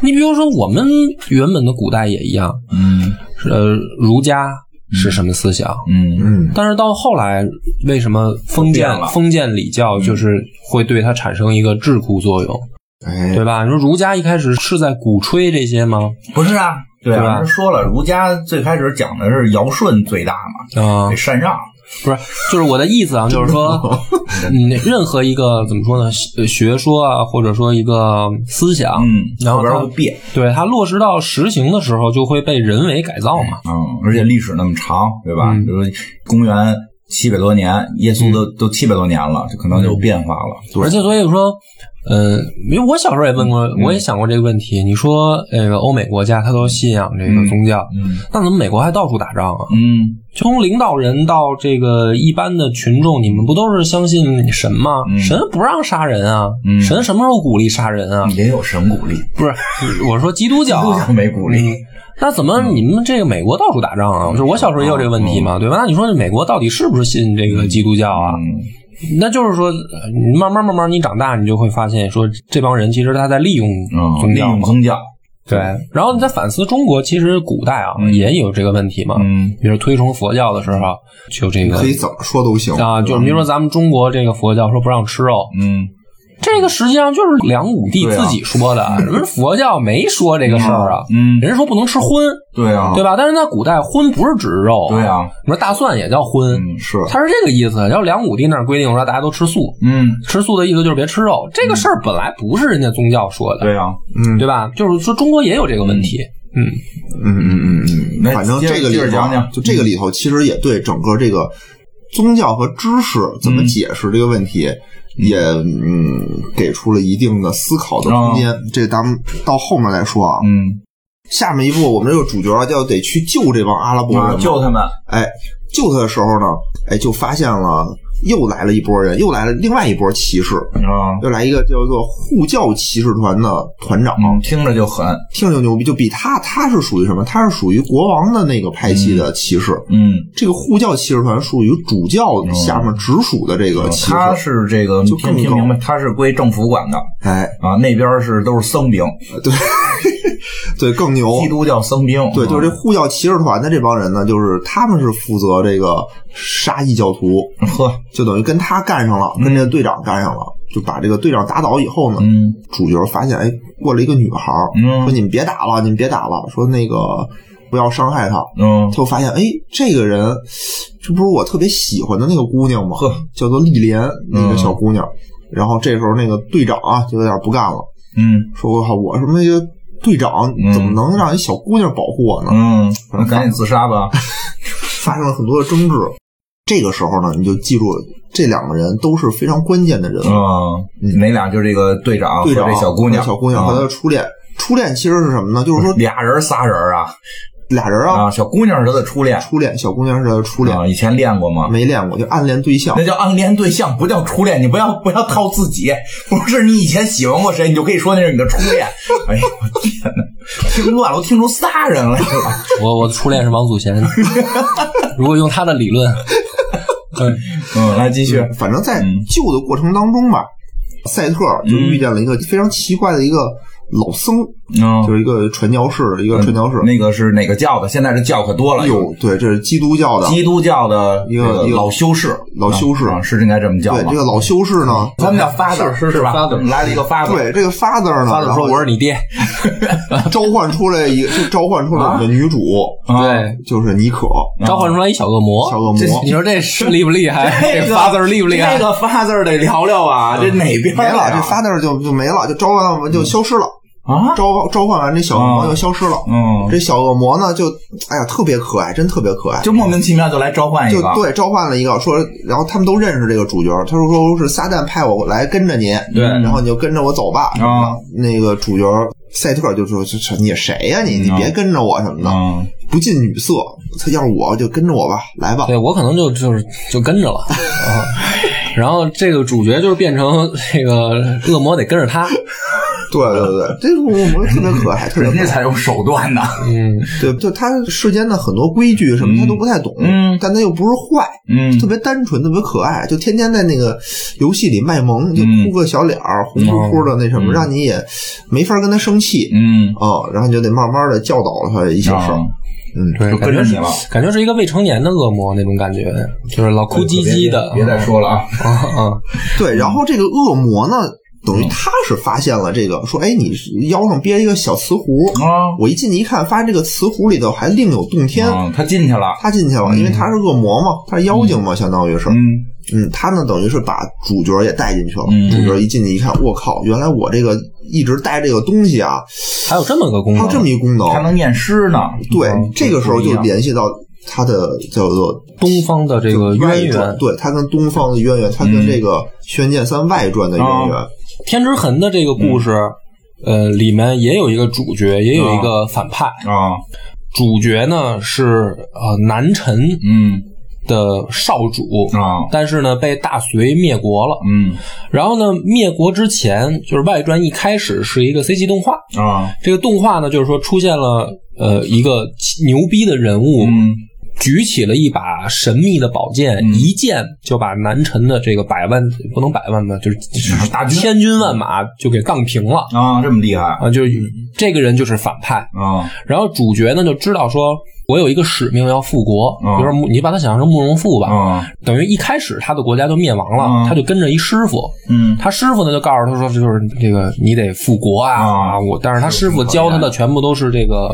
你比如说，我们原本的古代也一样，
嗯
呃，儒家是什么思想？
嗯
嗯，
但是到后来，为什么封建
都变了
封建礼教就是会对它产生一个桎梏作用，
哎，
对吧？你说儒家一开始是在鼓吹这些吗？
不是啊，对
对吧
啊，人说了，儒家最开始讲的是尧舜最大嘛，
啊、
得禅让。
不是，就是我的意思啊，就是说，嗯，任何一个怎么说呢，学学说啊，或者说一个思想，
嗯，
然后
后边
它
会变。
对它落实到实行的时候，就会被人为改造嘛。
嗯，而且历史那么长，对吧？
嗯
比如公元七百多年，耶稣都、都七百多年了，这可能就有变化了。
嗯而且所以说，呃，因为我小时候也问过，
嗯
我也想过这个问题。你说，那个欧美国家它都信仰这个宗教，
嗯
那怎么美国还到处打仗啊？
嗯
从领导人到这个一般的群众，你们不都是相信神吗？
嗯
神不让杀人啊，
嗯
神什么时候鼓励杀人啊？
也有神鼓励，
不是，我说基督教、
基督
啊
教。没鼓励。
那怎么你们这个美国到处打仗啊？就是我小时候也有这个问题嘛，对吧？那你说美国到底是不是信这个基督教啊？
嗯
那就是说，呃你慢慢慢慢你长大，你就会发现说这帮人其实他在利用
嗯，
宗
利
教
用
嘛。
宗教。
对，然后你再反思中国，其实古代啊也有这个问题嘛。
嗯
比如推崇佛教的时候，就这个
可以怎么说都行
啊，就是比如说咱们中国这个佛教说不让吃肉，
嗯，
这个实际上就是梁武帝
对啊
自己说的，
[LAUGHS]
人佛教没说这个事儿啊。
嗯，
人家说不能吃荤，
对啊，
对吧？但是在古代，荤不是指肉，
对啊，
你说大蒜也叫荤，
嗯
是
它是这个意思。要梁武帝那儿规定说大家都吃素，
嗯，
吃素的意思就是别吃肉，这个事儿本来不是人家宗教说的，
对啊，
嗯
对吧？就是说中国也有这个问题，嗯，
嗯嗯嗯
那
嗯，反正这个里
接着
头
讲嗯
啊
讲
就这个里头，其实也对整个这个宗教和知识怎
嗯
么解释这个问题，也嗯给出了一定的思考的空间。这咱们到后面再说啊。
啊嗯，
下面一步，我们这个主角啊，要得去救这帮阿拉伯人
啊
嘛。
救他们，
哎，救他的时候呢，哎，就发现了又来了一波人，又来了另外一波骑士，
啊，
又来一个叫做护教骑士团的团长。
嗯，听着就狠，
听着就牛逼，就比他他是属于什么？他是属于国王的那个派系的骑士，
嗯，
这个护教骑士团属于主教下面直属的这个骑士。
哦他呃是这个，你
就更
听听
高
明白，他是归政府管的
哎，
啊，那边是都是僧兵，
哦对，更牛
基。督嗯教僧兵，
对，就是
是
这护教骑士团的这帮人呢，就是他们是负责这个杀异教徒，
这啊呵，
就等于跟他干上了，跟这个队长干上了，就把这个队长打倒以后呢，
嗯
主角发现哎过来一个女孩儿，说
嗯
你们别打了，你们别打了，说那个不要伤害她，
嗯
就发现，哎，这个人，这不是我特别喜欢的那个姑娘吗？
呵，嗯
叫做丽莲那个小姑娘。然后这时候那个队长啊，就有点不干了，
嗯
说：“我靠，我什么一个队长，
嗯
怎么能让一小姑娘保护我呢
嗯，那赶紧自杀
[LAUGHS]
吧，？”啊
发生了很多的争执。这个时候呢，你就记住，这两个人都是非常关键的人物。
嗯，哪俩就这个队长和
队长、
这小姑娘，嗯
小姑娘和她
啊
的初恋，初恋其实是什么呢？就是说
俩人仨人啊，
俩人啊，
啊，小姑娘是他的初恋，
初恋，小姑娘是她的初恋，
啊，以前练过吗？
没练过，就暗恋对象
那。叫暗恋对象，不叫初恋。你不要不要套自己，不是你以前喜欢过谁，你就可以说那是你的初恋。哎呀，我天哪！听乱了，我听出仨人来了。
我我的初恋是王祖
[LAUGHS]
贤，如果用他的理论，对，
嗯，来继续。
反正在
嗯
救的过程当中吧，赛特就遇见了一个非常奇怪的一个老僧，
嗯
就，是一个传教士，一个传教士。
那个是哪个教的？现在这教可多了，
有对，这是基督教的。
基督教的
一个
这
一个
老修士，
老修士
啊啊是应该这么叫
对
吧
这？个老修士呢，
他们叫 father
是是
吧？
father
来了一个 father，
对这个 father 呢，
Father
然
说
后
我是你爹，
召唤出来一个，就召唤出来我
啊
们的女主，
嗯
对，
就是妮可
召唤出来一小恶魔，
小恶魔。
你说这是厉不厉害？
[LAUGHS] 这个
father 厉不厉害
这？个 father 得聊聊啊，这哪边
没
来
了，
啊
这 father 就就没了，就召唤完就消失了，
啊？
召召唤完这小恶魔
啊
就消失了。
嗯，
这小恶魔呢，就哎呀特别可爱，真特别可爱。
就莫名其妙就来召唤一
就
个，
对，召唤了一个说，然后他们都认识这个主角，他说说是撒旦派我来跟着你，
对
然后你就跟着我走吧。
啊
那个主角赛特就说：“这这你谁呀、你你
嗯
别跟着我什么的，
嗯，
不近女色。他要是我就跟着我吧，来吧。
对我可能就就是就
[LAUGHS]
跟着了，啊然后这个主角就是变成这个恶魔得跟
[LAUGHS]
着他，
对”对对对，这个恶魔特别可爱，特别
人家 [LAUGHS]
可爱。
才有手段呢，
嗯，
对，就他世间的很多规矩什么，
嗯
他都不太懂，
嗯
但他又不是坏，
嗯
特别单纯，特别可爱，就天天在那个游戏里卖萌，就
嗯哦
哭个小脸儿，红扑扑的那什么，让你也没法跟他生气。
嗯，
哦，然后你就得慢慢的教导他一些事儿
啊，
嗯，
对，
就
感
跟
觉
着
是
你了。
感觉是一个未成年的恶魔那种感觉，就是老哭唧唧的，
别别再说了啊！
啊啊，
对。然后这个恶魔呢，等于
嗯
他是发现了这个，说，哎，你腰上别一个小瓷壶，
啊，
我一进去一看，发现这个瓷壶里头还另有洞天。
嗯他进去了，
他进去了，因为他是恶魔嘛，他是妖精嘛，相当于是，
嗯
嗯，他呢等于是把主角也带进去了。
嗯
主角一进去一看，我靠，原来我这个一直带这个东西啊，
还有这么个功
它有，
能
哦这么一功能。
还能念诗呢。
对
嗯，
这个时候
不一
就
样
联系到他的叫做
东方的这个
外
渊
传，
源，嗯
对他跟东方的渊源，他跟这个《轩辕三外传》的渊
哦
源，
天之痕的这个故事，
嗯
呃，里面也有一个主角，也有一个反派，
啊，
主角呢是呃南陈
嗯
的少主。
嗯
啊，
但是呢，被大隋灭国了。
嗯
然后呢，灭国之前，就是外传一开始是一个 CG 动画，
啊，
这个动画呢，就是说出现了呃一个牛逼的人物，
嗯
举起了一把神秘的宝剑，
嗯
一剑就把南陈的这个百万不能百万吧，就是就是
大军
千军万马就给杠平了
啊，这么厉害
啊！就是这个人就是反派，
啊
然后主角呢就知道说。我有一个使命要复国，
嗯
就是慕你把他想象成慕容复吧，
啊，
等于一开始他的国家就灭亡了，
嗯
他就跟着一师傅，
嗯
他师傅呢就告诉他说，就是这个你得复国啊
啊
啊！我但是他师傅教他的全部都是这个，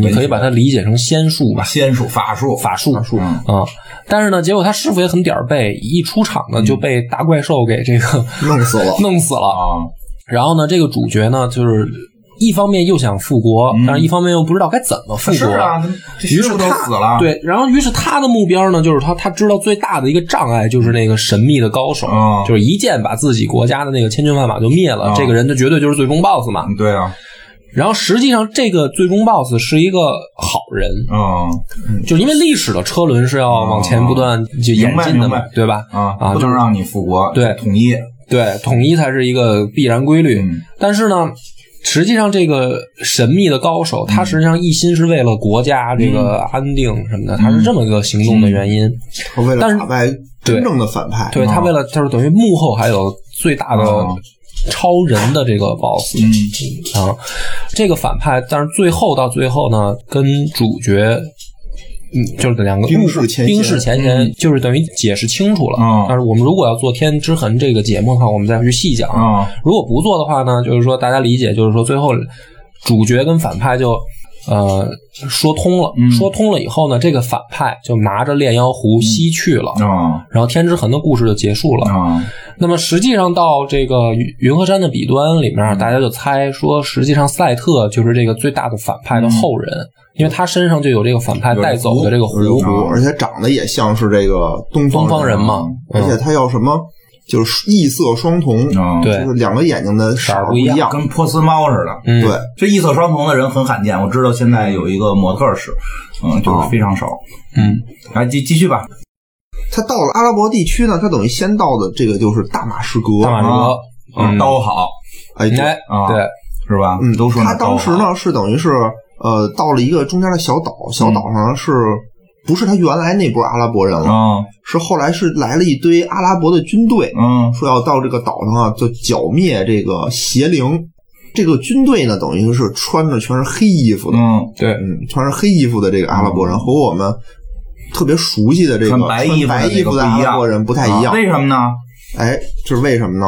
你可以把它理解成仙术吧，
仙术、法术、
法术啊、
术，嗯
但是呢，结果他师傅也很点儿背，一出场呢
嗯
就被大怪兽给这个 [LAUGHS]
弄死了。
弄死了。
啊，
然后呢，这个主角呢就是。一方面又想复国，但是一方面又不知道该怎么复
嗯是
国。
啊，这
于
师
是
傅
他
都死了，，
对，然后于是他的目标呢，就是他他知道最大的一个障碍就是那个神秘的高手，
啊
就是一剑把自己国家的那个千军万马就灭了，
啊
这个人就绝对就是最终 BOSS 嘛。
对啊，
然后实际上这个最终 BOSS 是一个好人，
啊
就是因为历史的车轮是要往前不断就演
明
进的
白明
嘛
白，
对吧？
啊，
啊
不能让你复国，
对
统一，
对，统一才是一个必然规律。
嗯
但是呢，实际上这个神秘的高手，他实际上一心是为了国家这个安定什么的，他是这么个行动的原因。
他为了
但是
打败真正的反派，
对他为了就是等于幕后还有最大的
啊
超人的这个 boss
嗯
啊，这个反派，但是最后到最后呢，跟主角。嗯，就是两个
冰释前嫌
冰释前嫌，就是等于解释清楚了。
啊
但是我们如果要做《天之痕》这个节目的话，我们再去细讲。
啊，
如果不做的话呢，就是说大家理解，就是说最后主角跟反派就呃说通了，
嗯
说通了以后呢，这个反派就拿着炼妖壶西去了，
啊
然后天之痕的故事就结束了。
啊，
那么实际上到这个云云和山的彼端里面，大家就猜说，实际上赛特就是这个最大的反派的后人，因为他身上就有这个反派带走的这个
而且
壶。
而且长得也像是这个东
东
方
方人嘛，嗯
而且他要什么就是异色双瞳，
啊，
对
就是两个眼睛的色
色儿
儿
不
不
一样
样。
跟波斯猫似的。
嗯
对，
这异色双瞳的人很罕见，我知道现在有一个模特儿是，嗯，
啊
就是非常少。
嗯，
来继继续吧，
他到了阿拉伯地区呢，他等于先到的这个就是大马士革，
大马士
啊
革，嗯，
刀好
哎，
哎，
啊，
对，
是吧？
嗯，
都说
他
那啊刀好
当时呢是等于是呃到了一个中间的小岛，小岛上是不是他原来那波阿拉伯人了？
嗯
是后来是来了一堆阿拉伯的军队，
嗯
说要到这个岛上啊，就剿灭这个邪灵。这个军队呢，等于是穿着全是黑衣服的，
嗯，
对，
嗯，穿着黑衣服的这个阿拉伯人和我们特别熟悉的这个
穿
穿
白
白
衣服的
衣服的
那个不一样啊
阿拉伯人不太一样。
为什么呢？
哎，这是为什么呢？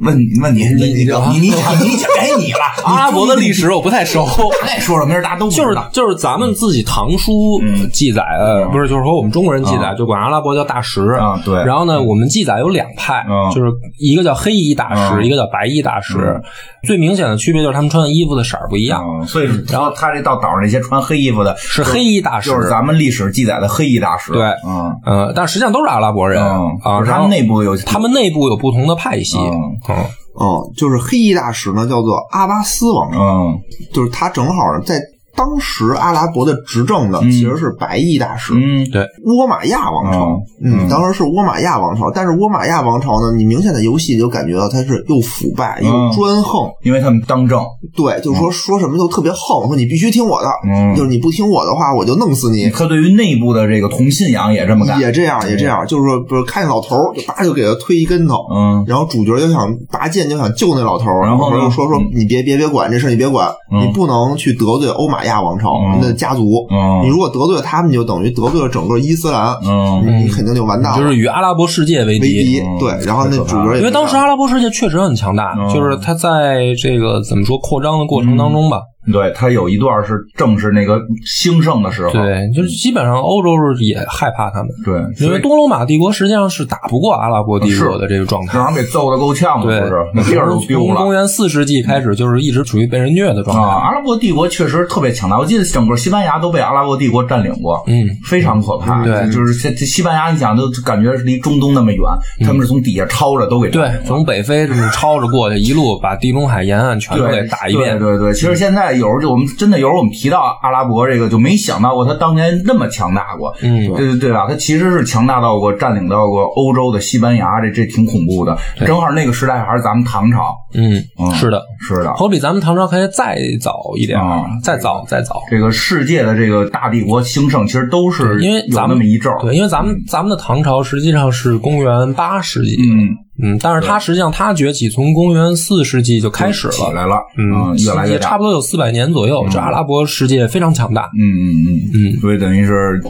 问问你
你
你
你
你你讲你
[LAUGHS]
讲该你了，
阿拉伯的历史我不太熟。
爱说什么人大家都不
就
知
是
道
就是咱们自己唐书
嗯
记载，呃，
嗯
不是，就是说我们中国人记载，就管阿拉伯叫大食
啊，对，
然后呢，我们记载有两派
嗯，
就是一个叫黑衣大
嗯
食，一个叫白衣大食
嗯。
最明显的区别就是他们穿的衣服的色儿不一样，
嗯所以然后他这到岛上那些穿黑衣服的
是黑衣大食
就。是咱们历史记载的黑衣大使，
对
嗯
呃，但实际上都是阿拉伯人
嗯，
啊
就，是他
然后
们内部有
他们内部有不同的派系。
嗯
嗯，
哦，就是黑衣大使呢，叫做阿巴斯王朝。
嗯
就是他正好呢，在当时阿拉伯的执政的
嗯
其实是白衣大使、
嗯
倭马亚王朝。
哦
嗯，
嗯
当时是倭马亚王朝，但是倭马亚王朝呢，你明显的游戏就感觉到他是又腐败又
嗯
专横，
因为他们当政，
对，就是说说什么都特别横，说你必须听我的，
哦嗯
就是你不听我的话，我就弄死你。
他对于内部的这个同信仰也这么干，
也这样，也这样，就是说，比如看见老头儿，就叭就给他推一跟头，
嗯
然后主角就想拔剑，就想救那老头儿，
然
然
后呢
后就说说
嗯
你别别别管这事儿，你别管，
嗯
你不能去得罪欧马亚王朝
嗯
那家族，
嗯
你如果得罪了他们，就等于得罪了整个伊斯兰，
嗯
你你肯定就完蛋
就
了，
是与阿拉伯世界为
为
敌。
敌
嗯。
对，然后那主角也
因为当时阿拉伯世界确实很强大
嗯，
就是他在这个怎么说扩张的过程当中吧，
对他有一段是正是那个兴盛的时候，
对，就是基本上欧洲是也害怕他们，
对，
因
所
为
以啊
多罗马帝国实际上是打不过阿拉伯帝国
是
的这个状态
让。人给揍的够呛嘛，不
对
是，那地儿都丢
从公
了。
元四世纪开始，就是一直处于被人虐的状
啊，
态。
阿拉伯帝国确实特别强大，我记得整个西班牙都被阿拉伯帝国占领过，
嗯，
非常可怕。
对
就是西西班牙，你想都感觉是离中东那么远，他们是从底下抄着都给占领
嗯对，从北非就是抄着过去，一路把地中海沿岸全都
对，
给打一遍。嗯
对对对，其实现在有时候就我们真的有时候我们提到阿拉伯这个，就没想到过他当年那么强大过，
嗯
对对对吧？他其实是强大到过占领到过欧洲的西班牙，这这挺恐怖的。正好那个时代还是咱们唐朝，嗯
嗯，是的，
是的。
好比咱们唐朝可以再早一点儿
啊，
再早再早。
这个世界的这个大帝国兴盛，其实都是
因为
有
咱
那
们
么一阵儿，
对，因为咱们咱们的唐朝实际上是公元八世纪，
嗯，
嗯，但是它实际上它崛起从公元四世纪就开始
起
了，
来了，
嗯，
越来越
也
大
差，不多有四百年左右，这阿拉伯世界非常强大。
嗯嗯嗯
嗯
所以等于是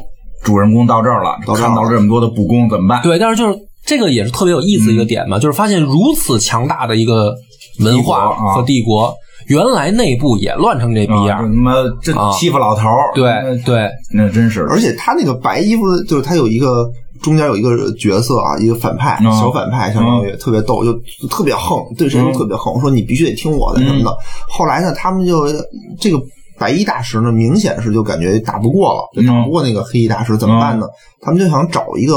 主人公到这儿了，
到这儿
看到
了
这么多的不公怎么办？
对，但是就是这个也是特别有意思的一个点嘛，就是发现如此强大的一个
嗯帝
文化
国啊
和帝国，原来内部也乱成这逼
啊，
样
这
儿。
他妈这
啊
欺负老头儿，
对对，
那真是
而且他那个白衣服的，就是他有一个中间有一个角色啊，一个反派，
嗯
小反派相当于特别逗，就就特别横，对谁都特别横，说你必须得听我的什么
嗯
的。后来呢，他们就这个。白衣大师呢，明显是就感觉打不过了，就打不过那个黑衣大师，怎么办呢？
嗯
他们就想找一个，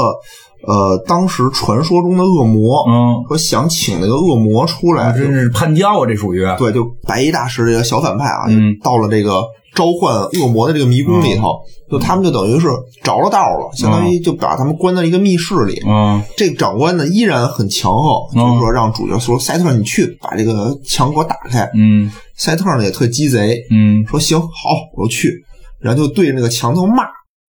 呃，当时传说中的恶魔，
嗯，
说想请那个恶魔出来，
真是叛教啊，这属于
对，就白衣大师这个小反派啊，
嗯
就到了这个召唤恶魔的这个迷宫里头，就他们就等于是着了道了，相当于就把他们关到一个密室里。
嗯
这个长官呢依然很强横，
嗯
就是说让主角说塞特，你去把这个墙给我打开。
嗯
塞特呢也特鸡贼，
嗯
说行好，我就去，然后就对着那个墙头骂，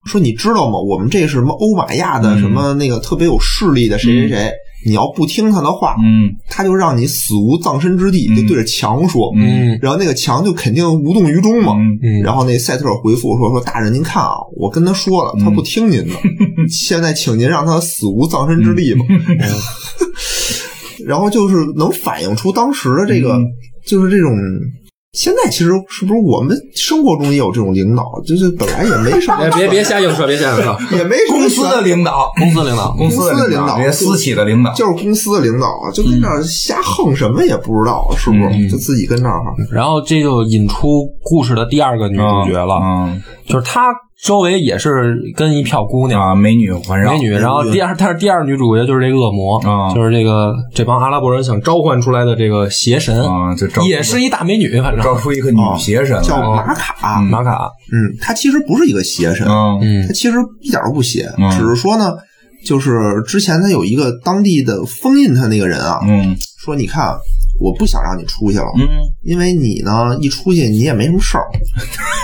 说你知道吗？我们这是什么欧马亚的
嗯
什么那个特别有势力的谁谁谁，你要不听他的话，
嗯
他就让你死无葬身之地。
嗯
就对着墙说，
嗯
然后那个墙就肯定无动于衷嘛。
嗯
嗯，
然后那赛特尔回复说：“说大人，您看啊，我跟他说了，
嗯
他不听您的，
[LAUGHS]
现在请您让他死无葬身之地吧。
嗯
[LAUGHS] 然后就是能反映出当时的这个，
嗯
就是这种。现在其实是不是我们生活中也有这种领导？就是本来也没
[LAUGHS]
啥，
哎
别别别瞎硬说，别瞎硬说，
也没什么
公司的领导，
[LAUGHS] 公司领导。
公司
公司的领
导，
导
这些私企的领导，
就是公司的领导啊，就跟那儿瞎横什么也不知道，啊是不
嗯嗯
是？就自己跟那儿哈
啊
然后这就引出故事的第二个女主角了，
嗯
就是他周围也是跟一票姑娘。
啊，美女环绕，
美女，然后第二，但是第二女主角就是这个恶魔，
啊
就是这个这帮阿拉伯人想召唤出来的这个邪神，
啊，就招
也是一大美女，反正
招出一个女邪神
叫
来，
马卡，
玛卡，
嗯，他其实不是一个邪神，
嗯
嗯
他其实一点都不邪
嗯，
只是说呢，就是之前他有一个当地的封印他那个人啊，
嗯
说你看，啊我不想让你出去了，
嗯
因为你呢一出去你也没什么
[LAUGHS]
事儿，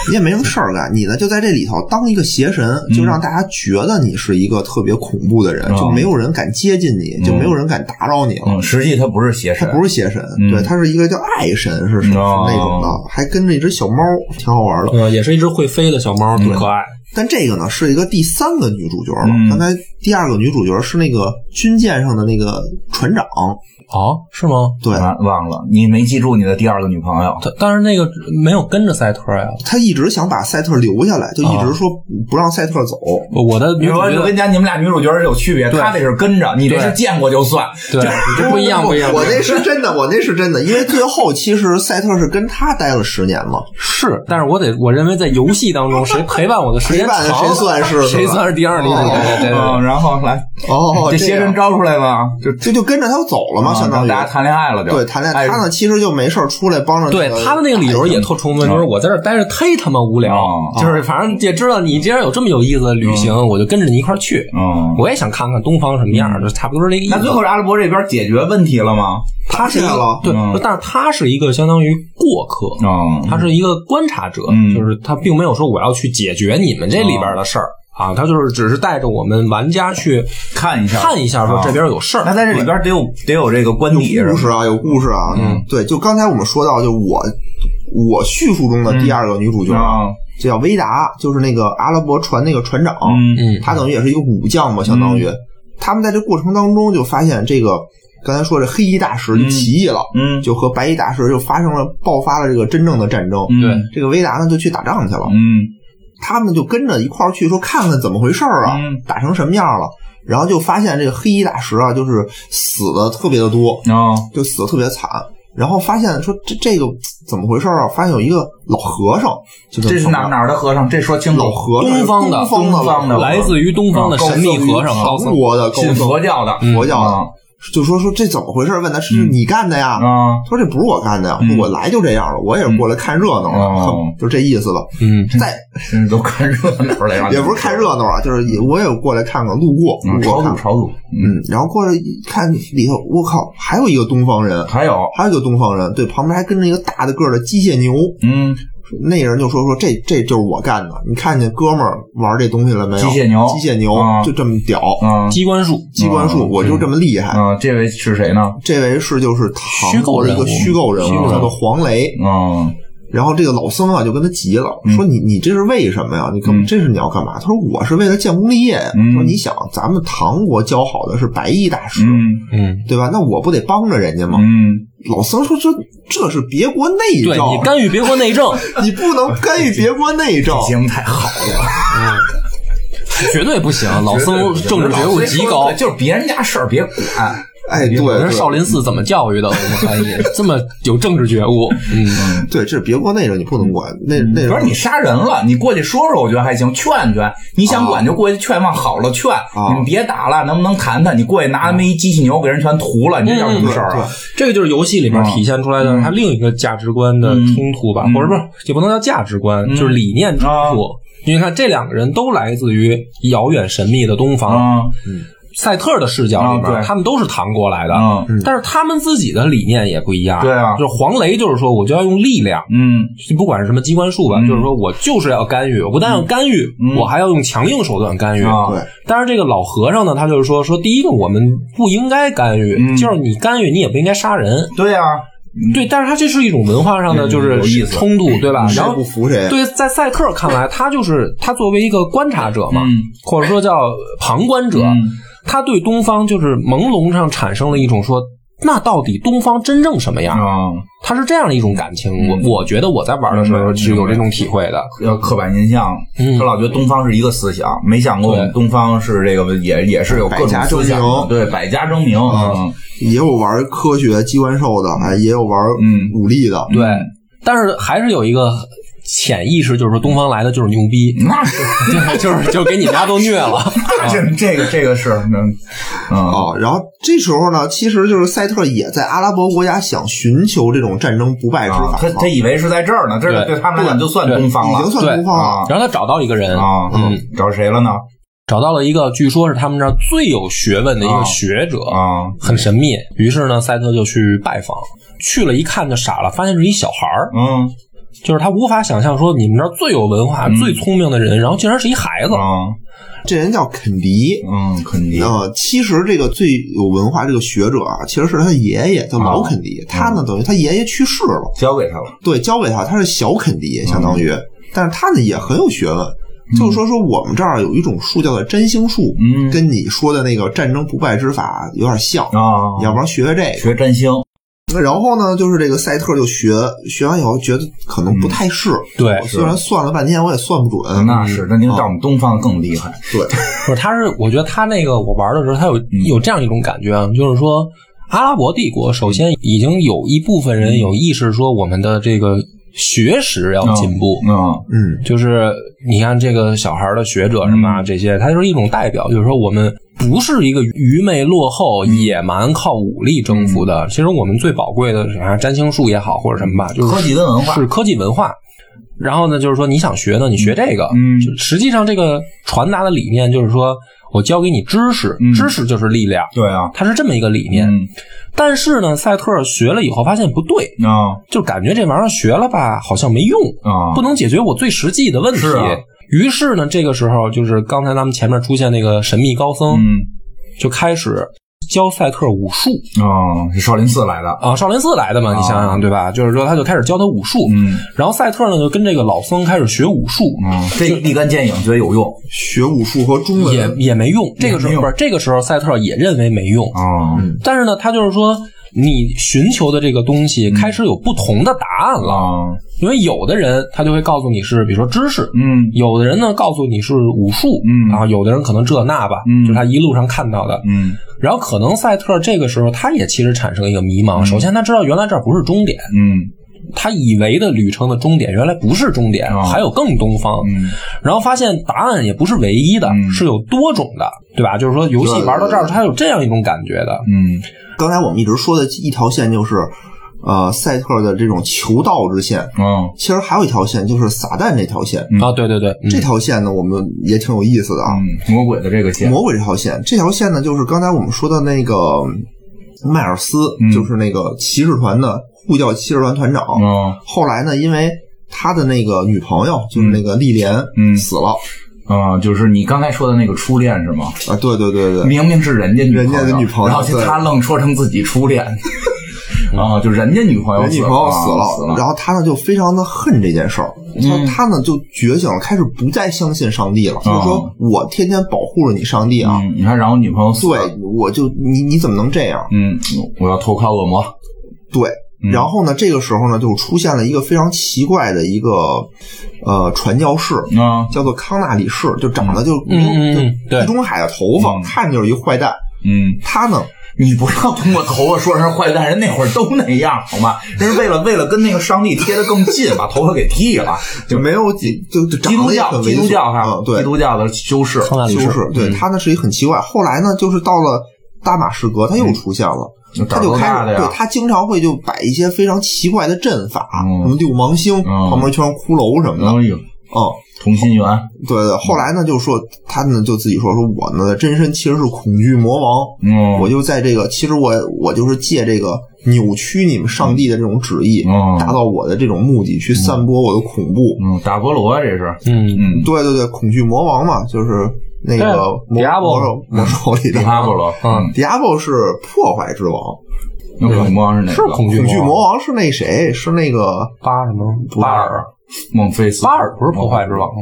你也没什么事儿干，你呢就在这里头当一个邪神，就让大家觉得你是一个特别恐怖的人，
嗯
就没有人敢接近你，就没有人敢打扰你了。
嗯，实际她不是邪
他
神，
不是邪神，
嗯
对，他是一个叫爱神，是是是
哦
那种的，还跟着一只小猫，挺好玩的。
嗯，也是一只会飞的小猫，挺可爱。
但这个呢是一个第三个女主角了
嗯，
刚才第二个女主角是那个军舰上的那个船长，
哦，是吗？
对，
啊忘了，你没记住你的第二个女朋友，
他但是那个没有跟着赛特呀。
他一直想把赛特留下来，就一
哦
直说不让赛特走。
我的
你
女主
说我跟
角
你讲，你们俩女主角是有区别，她这是跟着，你这是见过就算。
对这不一样，不一样。
我那是真的，我那是真的，因为最后其实赛特是跟他待了十年嘛，
是，但是我得我认为在游戏当中，谁陪伴我的时间
陪伴
长，
谁算是
谁算是第二女主角？
哦
对对对
嗯，然后来，
哦
这邪神招出来了，就
就就跟着他走了嘛，
啊
相
让
当于
大家谈恋爱了，就
对谈恋爱。
哎
他呢其实就没事儿出来帮着
对
嗯
那个
他的那个理由也特充分，就是我在这儿待着忒他妈无聊，
哦
就是反正也知道你既然有这么有意思的旅行，我就跟着你一块儿去。
嗯，
我也想看看东方什么样，就差不多是这个意思。
那最后是阿拉伯这边解决问题了吗？
他是一
发现
个
了
对
嗯，
但是他是一个相当于过客，
嗯，
他是一个观察者，
嗯
就是他并没有说我要去解决你们这里边的事儿、啊，他就是只是带着我们玩家去
嗯看一下，嗯
看一下，说这边有事儿。
那在这里边得有得有这个官邸是
有
吧
故事啊，有故事啊。
嗯，
对，就刚才我们说到，就我我叙述中的
嗯
第二个女主角啊，
啊，
就叫维达，就是那个阿拉伯船那个船长，
嗯
嗯，
他等于也是一个武将嘛，相当于。他们在这过程当中就发现这个刚才说这黑衣大使就起义了，
嗯，
就和白衣大使就发生了爆发了这个真正的战争。
嗯
对
这个维达呢就去打仗去了，
嗯
他们就跟着一块儿去说看看怎么回事儿啊，
嗯
打成什么样了。然后就发现这个黑衣大使啊，就是死的特别的多，
啊，
就死的特别惨。然后发现说这这个怎么回事儿啊？发现有一个老和尚，就
这是哪哪儿的和尚？这说清楚，
老和尚，
东方的
东
东方
方
的
的
来自于东方的神
嗯
秘和尚高僧
韩，国的高
信
僧
佛教的
嗯
佛教的，
啊
就说说这怎么回事儿？问他是你干的呀？
啊，
他说这不是我干的呀，
嗯
我来就这样了，我也是过来看热闹
嗯
的，
哦
[LAUGHS] 就这意思吧。
嗯，
再
真是都看热闹了，让你
也不是看热闹啊，就是也我也过来看看，路过
嗯，
路
朝
过看
祖，朝祖，嗯，
嗯，然后过来一看里头，我靠，还有一个东方人，
还有，
还有一个东方人，对，旁边还跟着一个大的个儿的机械牛，
嗯，
那人就说说这这就是我干的，你看见哥们儿玩这东西了没有？
机械牛
机械牛
啊
就这么屌，
啊
机关术
机关术我就这么厉害。
啊，这位是谁呢？
这位是就是
虚
唐
构
国的
人
一
物
个虚构人
虚构人
物，
物
叫做黄雷。
嗯
然后这个老僧啊就跟他急了，说你你这是为什么呀？你
嗯
干这是你要干嘛？他说我是为了建功立业。
嗯
说你想咱们唐国教好的是白衣大师，
嗯
嗯，
对吧？那我不得帮着人家吗？
嗯，
老僧说这这是别国内
对
政，
你干预别国内政，
[LAUGHS] 你不能干预别国内
[LAUGHS]
政
这。节目太好了，
[LAUGHS] 绝对不行。老僧政治觉悟极高
对，就是别人家事儿别管，
哎，对，
我
对
是少林寺怎么教育的？我们翻译这么有政治觉悟，嗯，
对，这是别国内政，你不能管。那那
嗯不是你杀人了，你过去说说，我觉得还行，劝劝。你想管就过去劝，往好了劝，你们别打了，能不能谈谈？你过去拿那么一机器牛给人全屠了，你这叫什
嗯
么事儿啊？
这个就是游戏里面体现出来的
嗯
它另一个价值观的冲突吧，
嗯
或者不是也不能叫价值观，
嗯
就是理念冲突。因为你看，这两个人都来自于遥远神秘的东方，
啊
赛特的视角里面，
啊对
他们都是唐国来的，
啊
但是他们自己的理念也不一样。
对啊
就是黄雷就是说，我就要用力量，
嗯
就不管是什么机关术吧，
嗯
就是说我就是要干预，我不但要干预，
嗯
我还要用强硬手段干预。
啊，
对，
但是这个老和尚呢，他就是说说，第一个我们不应该干预，
嗯
就是你干预你也不应该杀人，
对啊，
对。但是他这是一种文化上的
嗯
就
有
是
意思嗯
冲突，对
啊
吧？然
谁
后
不服谁？啊
对，在赛特看来，他就是他作为一个观察者嘛，
嗯
或者说叫旁观者，
嗯
他对东方就是朦胧上产生了一种说，那到底东方真正什么样？
啊，
他是这样的一种感情。
嗯
我我觉得我在玩的时候是有这种体会的。
要刻板印象，
嗯
他老觉得东方是一个思想，没想过我们
对
东方是这个也也是有各种
百家争
思想的
鸣
对，百家争鸣，嗯
也有玩科学机关兽的，哎，也有玩
嗯
武力的，
对，但是还是有一个潜意识就是说东方来的就是牛逼，
那是
[LAUGHS] 就是就是就给你们家都虐
[LAUGHS] 啊
了。
这这个这个是嗯嗯
哦，然后这时候呢，其实就是赛特也在阿拉伯国家想寻求这种战争不败之
啊
法，
他他以为是在这儿呢，这
对
对他们来讲就算东方
已
了
经算
对
东方了。
然后他找到一个人，
啊，
嗯，
找谁了呢？
找到了一个据说是他们这儿最有学问的一个学者，
啊，
很神秘。于是呢，赛特就去拜访，去了一看就傻了，发现是一小孩儿，
嗯
就是他无法想象说你们这儿最有文化、最聪明的人，然后竟然是一孩子。
啊
这人叫肯迪，
嗯，肯定
呃，其实这个最有文化这个学者啊，其实是他爷爷叫
啊
老肯迪，他
嗯
呢等于他爷爷去世了，
交给他了，
对，交给他，他是小肯迪，相当于，但是他呢也很有学问。就是说，说我们这儿有一种树叫做占星术，
嗯
跟你说的那个战争不败之法有点像，
啊，
要不然学学这个。
学占星，
那然后呢，就是这个赛特就学学完以后，觉得可能不太是，
对
我虽然算了半天，我也算不准。
那是那您到我们东方更厉害，
对，
不是，他是我觉得他那个我玩的时候，他有有这样一种感觉啊，就是说阿拉伯帝国首先已经有一部分人有意识说我们的这个学识要进步，
嗯
嗯，
就是你看这个小孩的学者什么
嗯
啊这些，他就是一种代表，就是说我们不是一个愚昧落后、野蛮靠武力征服
嗯
的。其实我们最宝贵的是啥？占星术也好，或者什么吧，就是
科技跟文化
是科技文化。然后呢，就是说你想学呢，你学这个。
嗯
就实际上这个传达的理念就是说我教给你知识，
嗯
知识就是力量，
对啊，
它是这么一个理念。
嗯
但是呢，赛特尔学了以后发现不对，
啊
就感觉这玩意儿学了吧，好像没用。
啊
不能解决我最实际的问题。
是啊
于是呢，这个时候就是刚才咱们前面出现那个神秘高僧，
嗯
就开始教赛特武术
啊，是少林寺来的，
啊，少林寺来的嘛，你想想、对吧？就是说他就开始教他武术，
嗯
然后赛特呢就跟这个老僧开始学武术，
啊，这立竿见影，觉得有用
学武术和中
也
文
也没用。这个
嗯
时
也没用
候不是这个时候赛特也认为没用，
啊，
但是呢，他就是说。你寻求的这个东西开始有不同的答案了，
啊，
因为有的人他就会告诉你是，比如说知识，
嗯
有的人呢告诉你是武术，
嗯
啊，有的人可能这那吧，
嗯
就是他一路上看到的。
嗯
然后可能赛特这个时候他也其实产生一个迷茫，首先他知道原来这儿不是终点，
嗯
他以为的旅程的终点原来不是终点，
哦
还有更东方。
嗯，
然后发现答案也不是唯一的，
嗯
是有多种的，对吧？就是说游戏
对
玩到这儿，
对对
它有这样一种感觉的。
嗯
刚才我们一直说的一条线就是，呃，赛特的这种求道之线，
啊
其实还有一条线就是撒旦这条线。
嗯
啊，对对对，嗯
这条线呢，我们也挺有意思的啊。
嗯，魔鬼的这个剑，
魔鬼这条线，这条线呢，就是刚才我们说的那个迈尔斯，
嗯
就是那个骑士团的护教骑士团团长。
啊
后来呢，因为他的那个女朋友就是那个莉莲，
嗯
死了
啊，就是你刚才说的那个初恋是吗？
啊，对对对对，
明明是人家女
人家的女朋友
然后
对
他愣说成自己初
[LAUGHS]
恋，啊，就人家女朋友
人
死
女
了嗯
朋友死
啊死
了，然后他呢就非常的恨这件事儿，他他呢就觉醒了，开始不再相信上帝了，就是说我天天保护着你，上帝啊，
嗯嗯，你看，然后女朋友死了，
对，我就你你怎么能这样？
嗯，我要投靠恶魔，
对，
嗯
然后呢，这个时候呢，就出现了一个非常奇怪的一个呃传教士，
啊，
叫做康纳里士，就长得就
嗯嗯嗯
就
对
地中海的头发，
嗯
看着就是一坏蛋。
嗯，
他呢，
你不要通过头发说人坏蛋，人那会儿都那样，好吗？人是为了为了跟那个上帝贴得更
[LAUGHS]
近，把头发给剃了。
就没有几就就
基
长
督
得也
教，
很
基
猥
督
琐
教哈，
嗯，
基
对，
督教的修士，
康纳里
修士，对
嗯
他呢是一个很奇怪。后来呢，就是到了大马士革，他又出现了。他
胆儿
就
够
开
大的
始，对
呀，
他经常会就摆一些非常奇怪的阵法，
嗯
什么六芒星，
嗯
旁边全是骷髅什么的。
哎呦，
嗯，
同心圆，
对对，后来呢，就说他呢就自己说说我呢的真身其实是恐惧魔王，
嗯，
我就在这个其实我我就是借这个扭曲你们上帝的这种旨意，
嗯
达到我的这种目的，去散播我的恐怖。
嗯，打菠萝这是，
嗯，
[LAUGHS]
嗯，
对对对，恐惧魔王嘛，就是那
对
个魔
Diablo
魔兽魔兽里的
你看菠
啊
萝，嗯，
[LAUGHS] Diablo 是破坏之王，
那恐惧魔王是哪个？
是恐惧
恐惧
魔
魔王是那谁？是
[LAUGHS]
那个
巴什么
巴尔，孟菲斯，
巴尔不是破坏之王吗？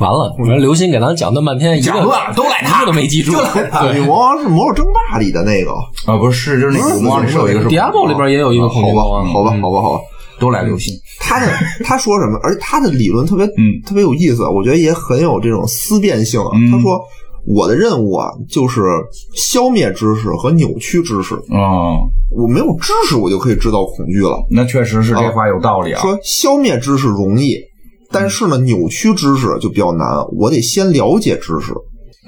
完了，我说刘鑫给咱讲那半天，一
嗯讲
个
乱了，都赖
一
他
个都没记住。
恐惧
对
魔王是魔兽争霸里的那个。
啊，不是，是就是那恐惧魔王里是有一个是
，Diablo 里边也有一个恐
好
惧
吧
魔王，，嗯
好吧，好吧，好吧。
都赖刘鑫，[LAUGHS]
他的他说什么？而且他的理论特别
嗯
特别有意思，我觉得也很有这种思辨性啊。
嗯
他说我的任务啊，就是消灭知识和扭曲知识。
嗯，
我没有知识，我就可以制造恐惧了。
那确实是这话有道理啊，
说消灭知识容易，但是呢，扭曲知识就比较难，我得先了解知识。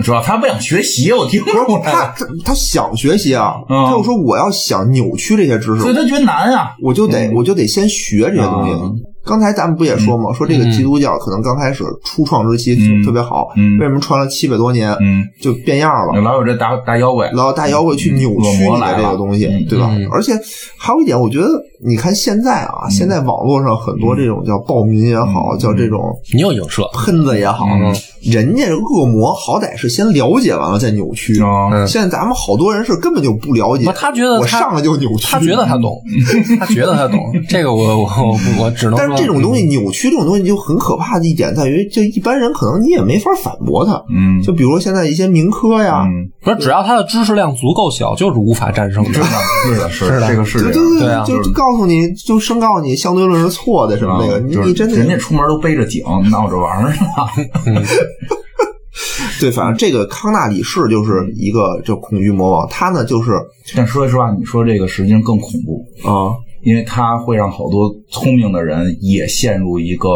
主要他不想学习，我听出来
他
了，
他他想学习啊，
哎嗯
他又说我要想扭曲这些知识，
所以他觉得难啊。
我就得、
嗯
我就得先学这些东西。
啊
刚才咱们不也说吗？说这个基督教可能刚开始初创时期
嗯
特别好，
嗯
为什么传了七百多年、
嗯，
就变样了？
老有这大大妖怪，
然后大妖会去扭曲
恶魔
你
来了
的这个东西，
嗯
对吧？
嗯
而且还有一点，我觉得你看现在啊，
嗯
现在网络上很多这种叫暴民也好，叫这种
你有影射，
喷子也好，
嗯
人家恶魔好歹是先了解完了再扭曲。
哦
嗯
现在咱们好多人是根本就不了解
不，，他觉得
我
他
上来就扭曲，
他觉得他懂， [LAUGHS] 他觉得他懂，这个我我我我只能说。
但是这种东西
嗯
扭曲，这种东西就很可怕的一点在于，就一般人可能你也没法反驳他。
嗯
就比啊如现在一些民科呀，
嗯，
不是，只要他的知识量足够小，就是无法战胜的
是。的，是的，是
是的
这个是
对
这样。
对
对啊
就告诉你就申告你相对论是错的什么那个，你
就
你
是
真的
人家出门都背着井闹着玩儿呢，
对，反正这个康纳里士就是一个这恐惧魔王，他呢就是
[LAUGHS] 但说实话，你说这个实际上更恐怖，
啊，
因为它会让好多聪明的人也陷入一个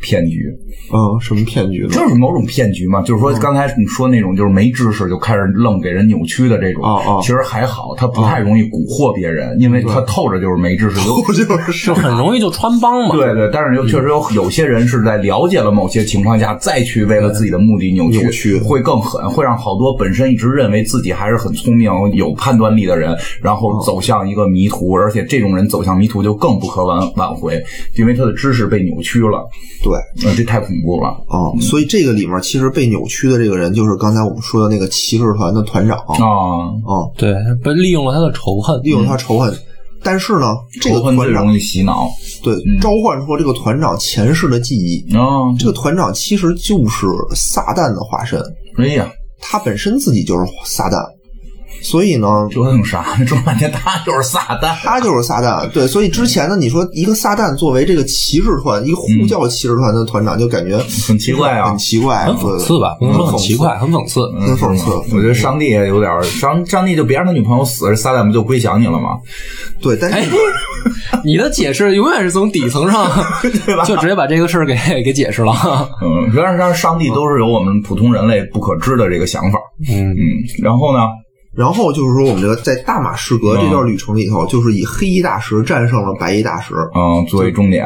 骗局，
嗯，什么骗局呢？
就是某种骗局嘛。就是
嗯
说，刚才你说那种就是没知识就开始愣给人扭曲的这种，
哦哦
其实还好，他不太容易蛊惑别人，因为他透着就是没知
[LAUGHS]
识。 [LAUGHS] 就
就是
就很容易就穿帮嘛。
对对，但是又确实有有些人是在了解了某些情况下，再去为了自己的目的扭曲，
嗯扭曲
会更狠，会让好多本身一直认为自己还是很聪明、有判断力的人，然后走向一个迷途，而且这种人走向迷途就更不可挽挽回，因为他的知识被扭曲了，
对，
呃、这太恐怖了。
啊、所以这个里面其实被扭曲的这个人就是刚才我们说的那个骑士团的团长啊、
啊，
对，他被利用了他的仇恨。
利用他仇恨。但是呢，这个
仇恨
团
最
长
容易洗脑
对
嗯
召唤出了这个团长前世的记忆。
啊！
这个团长其实就是撒旦的化身，
哎呀，
他本身自己就是撒旦，所以呢，
折腾啥？折腾半天，他就是撒旦。
他就是撒旦。对，所以之前呢，你说一个撒旦作为这个骑士团，一个护教骑士团的团长，就感觉
很奇怪啊
很奇怪，
很讽刺吧，
嗯
不嗯能说很奇怪，很讽刺。
对，很讽刺。
我觉得上帝也有点儿上，上帝就别让他女朋友死，撒旦不就归降你了吗？
对，但
哎
是，
你的解释永远是从底
[LAUGHS]
层上，就直接把这个事儿给给解释了。
嗯，原来上上帝都是有我们普通人类不可知的这个想法。
嗯，
嗯，然后呢？
然后就是说，我们这个在大马士革这段旅程里头，就是以黑衣大石战胜了白衣大石，
嗯，作为终点，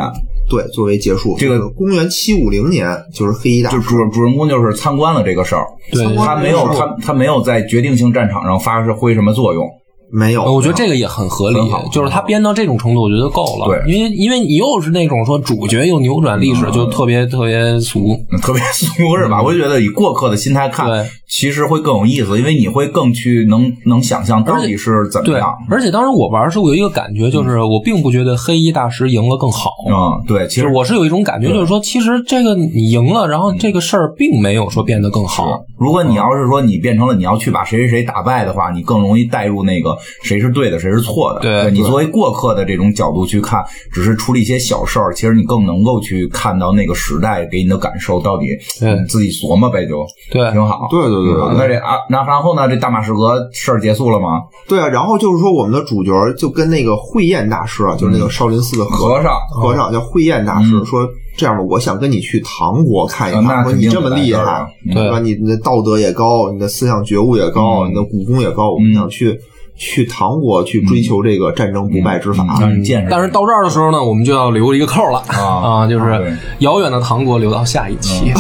对，作为结束。
这个
就是公元七五零年，就是黑衣大
就
石。
主主人公就是参观了这个事儿，
对
参观
他没有
这个事儿
他他没有在决定性战场上发挥什么作用。
没有，
哦我觉得这个也很合理
很好，
就是他编到这种程度，我觉得够了。
对
因为因为你又是那种说主角又扭转历史，就特别特别俗。
嗯特别 [LAUGHS] 俗是吧？我就觉得以过客的心态看
对，
其实会更有意思，因为你会更去能能想象到底是怎么
对
样。，
而且当时我玩的时候，我有一个感觉，就是我并不觉得黑衣大师赢了更好。
嗯，对，其
就
实
是我是有一种感觉，就是说，其实这个你赢了，然后这个事儿并没有说变得更好。
如果你要是说你变成了你要去把谁谁谁打败的话，你更容易带入那个谁是对的，谁是错的。
对
你作为过客的这种角度去看，只是处理一些小事儿，其实你更能够去看到那个时代给你的感受到底。
对
你自己琢磨呗，就
对，
挺好。
对对对对
嗯那这啊，那然后呢？这大马士革事儿结束了吗？
对啊，然后就是说我们的主角就跟那个慧燕大师啊，就是那个少林寺的和
和尚，
和尚叫慧燕大师说。这样吧，我想跟你去唐国看一
啊那
看。说
肯
你
定
这么厉
得来这儿啊
害，
嗯
对吧？你的道德也高，你的思想觉悟也高，
嗯
你的武功也高。我们想去去唐国去追求这个战争不败之法。
嗯
让你见识。
但是到这儿的时候呢，我们就要留一个扣了
啊
就
对嗯
是遥远的唐国留到下一 [LAUGHS] 期啊，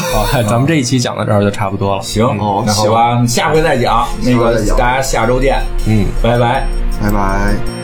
咱们这一期讲到这儿就差不多了。
行，
哦
那好吧，下回再讲。那
下回
个
再讲
大家下周见，
嗯，
拜拜。
拜拜。